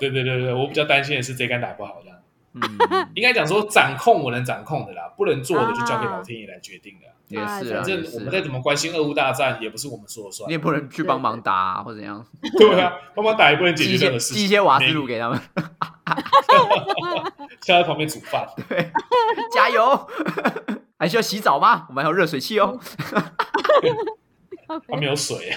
Speaker 3: 对对对对，我比较担心的是这杆打不好，这样
Speaker 2: 嗯，
Speaker 3: 应该讲说掌控我能掌控的啦，不能做的就交给
Speaker 1: 啊
Speaker 3: 老天爷来决定的。
Speaker 2: 也
Speaker 1: 哎
Speaker 2: 是啊，
Speaker 3: 反正
Speaker 2: 也是
Speaker 3: 我们
Speaker 2: 啊
Speaker 3: 再怎么关心俄乌大战，也不是我们说了算
Speaker 2: 你。也不能去帮忙打啊或怎样，
Speaker 3: 对啊，帮忙打也不能解
Speaker 2: 寄一
Speaker 3: 决任
Speaker 2: 些
Speaker 3: 何事
Speaker 2: 寄
Speaker 3: 情。
Speaker 2: 一些瓦斯炉给他 们，
Speaker 3: 现在旁边煮饭。
Speaker 2: 对，加油！ 还需要洗澡吗？我们还有热水器哦。
Speaker 3: 他没有水。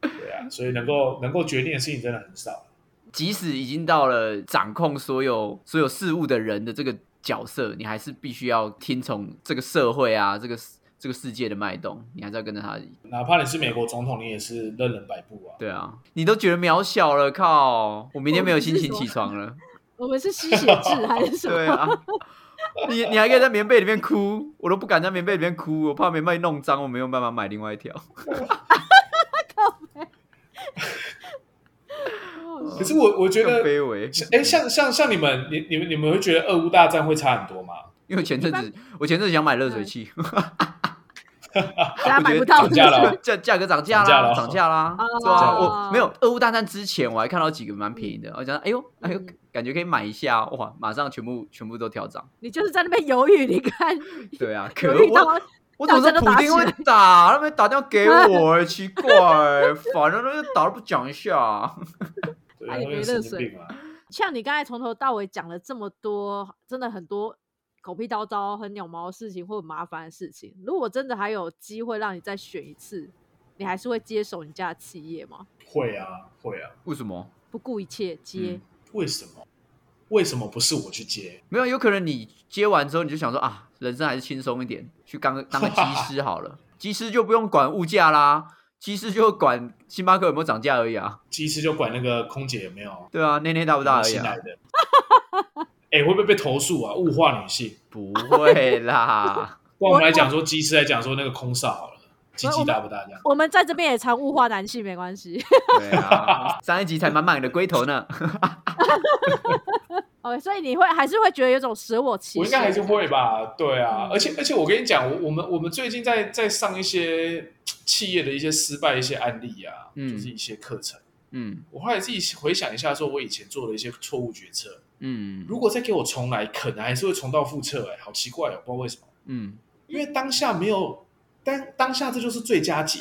Speaker 3: 对啊，所以能够能够决定的事情真的很少。
Speaker 2: 即使已经到了掌控所有所有事物的人的这个角色，你还是必须要听从这个社会啊，这个这个世界的脉动，你还是要跟着他。
Speaker 3: 哪怕你是美国总统，你也是任人摆布啊。
Speaker 2: 对啊，你都觉得渺小了，靠！我明天没有心情起床 了。
Speaker 1: 我们是吸血制还是什么？
Speaker 2: 对啊，你你还可以在棉被里面哭，我都不敢在棉被里面哭，我怕棉被弄脏，我没有办法买另外一条。
Speaker 3: 可是我我觉
Speaker 2: 更
Speaker 3: 得，
Speaker 2: 卑微。
Speaker 3: 哎、像像像你们，你你们你们会觉得俄乌大战会差很多吗？
Speaker 2: 因为前阵子我前阵子想买热水器，
Speaker 1: 大家买不
Speaker 3: 我
Speaker 1: 到
Speaker 3: 觉得涨价了哦
Speaker 2: 价价格涨价
Speaker 3: 涨价了
Speaker 2: 啦，
Speaker 3: 哦
Speaker 2: 涨价啦
Speaker 1: 哦，
Speaker 2: 对啊，
Speaker 1: 哦
Speaker 2: 我没有俄乌大战之前，我还看到几个蛮便宜的，我想说哎呦哎呦
Speaker 1: 嗯，
Speaker 2: 感觉可以买一下，哇，马上全部全部都 调涨，
Speaker 1: 你就是在那边犹豫，你看
Speaker 2: 对啊，可
Speaker 1: 犹
Speaker 2: 恶
Speaker 1: 豫到
Speaker 2: 我我怎么知道普丁会打？他们打电话给我， 哎奇怪，反正那就打了不讲一下，
Speaker 3: 对，
Speaker 1: 啊
Speaker 3: 他
Speaker 1: 也
Speaker 3: 们
Speaker 1: 没
Speaker 3: 有
Speaker 1: 热
Speaker 3: 神
Speaker 1: 水
Speaker 3: 经病啊。
Speaker 1: 像你刚才从头到尾讲了这么多，真的很多狗屁叨叨、很鸟毛的事情或很麻烦的事情。如果真的还有机会让你再选一次，你还是会接手你家的企业吗？
Speaker 3: 会啊，会啊。
Speaker 2: 为什么？
Speaker 1: 不顾一切接
Speaker 2: 嗯，
Speaker 3: 为什么？为什么不是我去接？
Speaker 2: 没有，有可能你接完之后你就想说啊，人生还是轻松一点，去当个当个机师 好了，机师就不用管物价啦，机师就管星巴克有没有涨价而已啊。
Speaker 3: 第一次就管那个空姐有没有
Speaker 2: 对啊，内内大不大而已、
Speaker 3: 新
Speaker 2: 啊
Speaker 3: 来，的？ 哎、会不会被投诉啊？物化女性？
Speaker 2: 不会 啦。
Speaker 3: 不然我们来讲说机师，来讲说那个空少好了，鸡鸡大不大这样？
Speaker 1: 我们在这边也常物化男性，没关系。
Speaker 2: 对啊，上一集才满满的龟头呢。嗯
Speaker 1: OK，所以 你会还是会觉得有种舍我其谁？
Speaker 3: 我应该还是会。吧，对啊
Speaker 1: 嗯，
Speaker 3: 而且而且我跟你讲，我我们我们最近在在上一些嘖企业的一些失败一些案例啊，
Speaker 2: 嗯
Speaker 3: 就是一些课程。
Speaker 2: 嗯
Speaker 3: 我后来自己回想一下，说我以前做的一些错误决策，
Speaker 2: 嗯
Speaker 3: 如果再给我重来，可能还是会重蹈覆辙。哎，好奇怪哦，不知道为什么，
Speaker 2: 嗯，
Speaker 3: 因为当下没有，当当下这就是最佳解。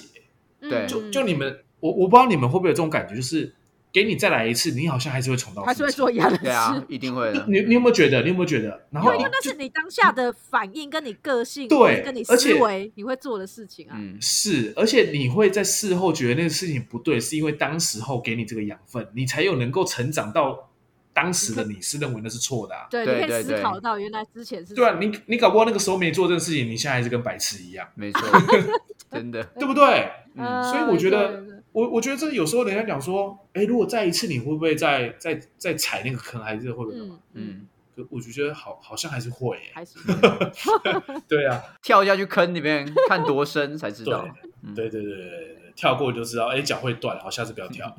Speaker 1: 嗯
Speaker 2: 对
Speaker 3: 就就你们，我我不知道你们会不会有这种感觉，就是给你再来一次，你好像还哦是会重蹈覆辙。
Speaker 1: 还是会做一样的
Speaker 2: 对 啊
Speaker 1: 事，，
Speaker 2: 一定会的。
Speaker 3: 你你有没有觉得？你有没有觉得？然后
Speaker 2: 有
Speaker 1: 因为那是你当下的反应，跟你个性，
Speaker 3: 对
Speaker 1: 或是跟你
Speaker 3: 而
Speaker 1: 思
Speaker 3: 且
Speaker 1: 维，你会做的事情啊。
Speaker 2: 嗯，
Speaker 3: 是，而且你会在事后觉得那个事情不对，是因为当时候给你这个养分，你才有能够成长到当时的你是认为那是错的、啊。
Speaker 1: 对，你
Speaker 2: 对
Speaker 1: 可以
Speaker 2: 对
Speaker 1: 思
Speaker 2: 对
Speaker 1: 考到原来之前是
Speaker 3: 对
Speaker 1: 什
Speaker 3: 啊，
Speaker 1: 么
Speaker 3: 你你搞不好那个时候没做这个事情，你现在还是跟白痴一样，
Speaker 2: 没 错，真的。
Speaker 3: 对不对？
Speaker 2: 嗯，
Speaker 3: 所以
Speaker 1: 呃
Speaker 3: 我觉
Speaker 1: 对
Speaker 3: 得
Speaker 1: 对对
Speaker 3: 我我觉得这有时候人家讲说，哎，如果再一次，你会不会再再再踩那个坑，还是会不会干嘛？
Speaker 1: 嗯嗯，
Speaker 2: 嗯，
Speaker 3: 可我就觉得好好像还是会耶。
Speaker 1: 还是
Speaker 3: 对啊，
Speaker 2: 跳下去坑里面看多深才知
Speaker 3: 对
Speaker 2: 道。嗯
Speaker 3: 对对对对对对，跳过就知道，哎，脚会断，好，下次不要跳。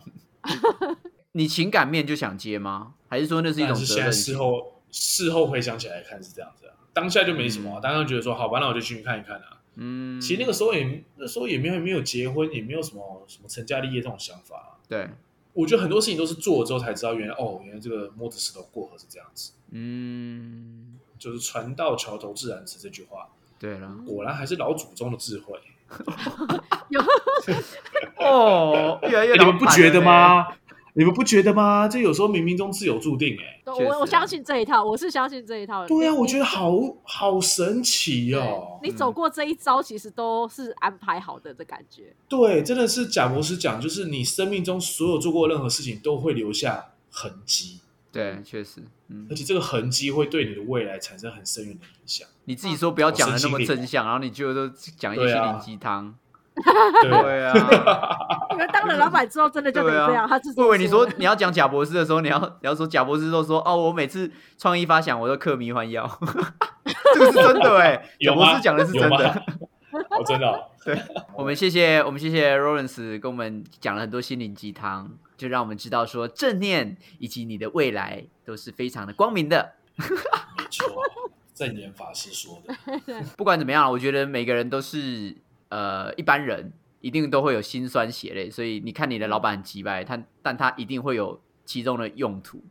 Speaker 2: 你情感面就想接吗？还是说那是一种
Speaker 3: 但是
Speaker 2: 责
Speaker 3: 现在
Speaker 2: 任
Speaker 3: 事
Speaker 2: 心？
Speaker 3: 后事后回想起来看是这样子、啊，当下就没什么、啊，
Speaker 2: 嗯
Speaker 3: 当下觉得说好吧，那我就进去看一看啊。
Speaker 2: 嗯，
Speaker 3: 其实那个时候也那时候也没有没有结婚，也没有什么什么成家立业这种想法啊、
Speaker 2: 对，
Speaker 3: 我觉得很多事情都是做了之后才知道，原来哦，原来这个摸着石头过河是这样子。
Speaker 2: 嗯，
Speaker 3: 就是“船到桥头自然直”这句话，
Speaker 2: 对了，
Speaker 3: 果然还是老祖宗的智慧。
Speaker 1: 有
Speaker 2: 哦，越来越
Speaker 3: 欸你
Speaker 2: 老
Speaker 3: 们不
Speaker 2: 板
Speaker 3: 觉
Speaker 2: 了
Speaker 3: 得
Speaker 2: 呢？
Speaker 3: 吗？你们不觉得吗？这有时候冥冥中自有注定哎、
Speaker 2: 确
Speaker 1: 我我
Speaker 2: 实啊
Speaker 1: 相信这一套，我是相信这一套的。
Speaker 3: 对啊呀、
Speaker 1: 你
Speaker 3: 我觉得好好神奇哦。
Speaker 1: 你走过这一招，其实都是安排好的的感觉。
Speaker 3: 对，真的是贾博士讲，就是你生命中所有做过任何事情都会留下痕迹，
Speaker 2: 对，确实，嗯
Speaker 3: 而，且这个痕迹会对你的未来产生很深远的影响。
Speaker 2: 你自己说不要讲的那么
Speaker 3: 我是经理
Speaker 2: 正向，然后你就都讲一些
Speaker 3: 对
Speaker 2: 心
Speaker 3: 啊
Speaker 2: 灵鸡汤，
Speaker 3: 对啊，
Speaker 2: 对啊。
Speaker 1: 因为当了老板之后，真的就得
Speaker 2: 对啊
Speaker 1: 这样。他 自己
Speaker 2: 我以为你
Speaker 1: 说
Speaker 2: 说
Speaker 1: 的
Speaker 2: 你要讲贾博士的时候，你要你要说贾博士都说哦，我每次创意发想我都嗑迷幻药， 这个是真的哎、贾
Speaker 3: 有
Speaker 2: 博
Speaker 3: 吗？
Speaker 2: 士讲的是真
Speaker 3: 有
Speaker 2: 的
Speaker 3: 吗。 哦，真的哦、
Speaker 2: 我们谢谢我们谢谢 Lawrence 跟我们讲了很多心灵鸡汤，就让我们知道说正念以及你的未来都是非常的光明的。
Speaker 3: 没错，正言法师说的。
Speaker 2: 不管怎么样，我觉得每个人都是呃一般人，一定都会有心酸血泪。所以你看你的老板很急败，他但他一定会有其中的用途，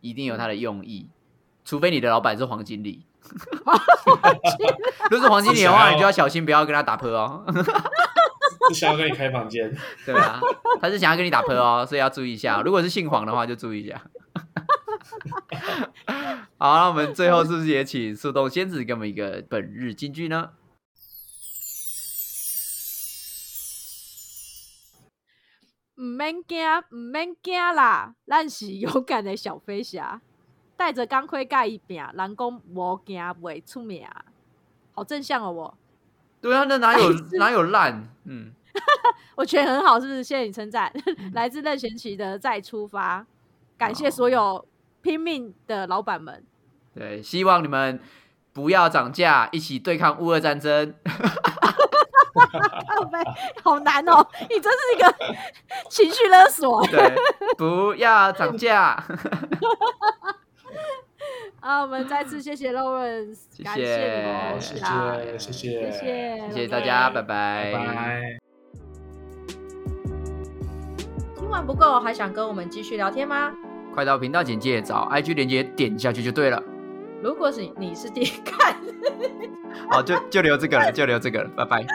Speaker 2: 一定有他的用意。除非你的老板是黄经理，如果是黄经理的话，你就要小心，不要跟他打破哦。
Speaker 3: 是想要跟你开房间，
Speaker 2: 对啊，他是想要跟你打破哦，所以要注意一下。如果是姓黄的话，就注意一下。 好，那我们最后是不是也请速冻仙子给我们一个本日金句呢？
Speaker 1: 唔免惊，唔免惊啦，咱是勇敢的小飞侠，带着钢盔盖一拼，人讲无惊袂出名，好正向哦我，
Speaker 2: 对啊，那哪有
Speaker 1: 白痴
Speaker 2: 哪有烂？嗯，
Speaker 1: 我觉得很好，是不是？谢谢你称赞， 来自任贤齐的再出发，感谢所有拼命的老板 们，
Speaker 2: 对，希望你们不要涨价，一起对抗乌俄战争。
Speaker 1: 靠背好难哦，你真是一 个情绪勒索
Speaker 2: 对，不要涨价。
Speaker 1: 啊！我们再次谢谢 Lawrence，
Speaker 2: 谢
Speaker 1: 感谢你
Speaker 2: 好
Speaker 1: 们，
Speaker 3: 谢
Speaker 1: 啊
Speaker 3: 谢，谢谢，
Speaker 1: 谢谢，
Speaker 2: 谢谢大家，拜
Speaker 3: 拜拜。
Speaker 1: 听完不够，还想跟我们继续聊天吗？
Speaker 2: 快到频道简介找 IG 连接点下去就对了。
Speaker 1: 如果是你是第一看，
Speaker 2: 哦好，就就留这个了，就留这个了，拜拜。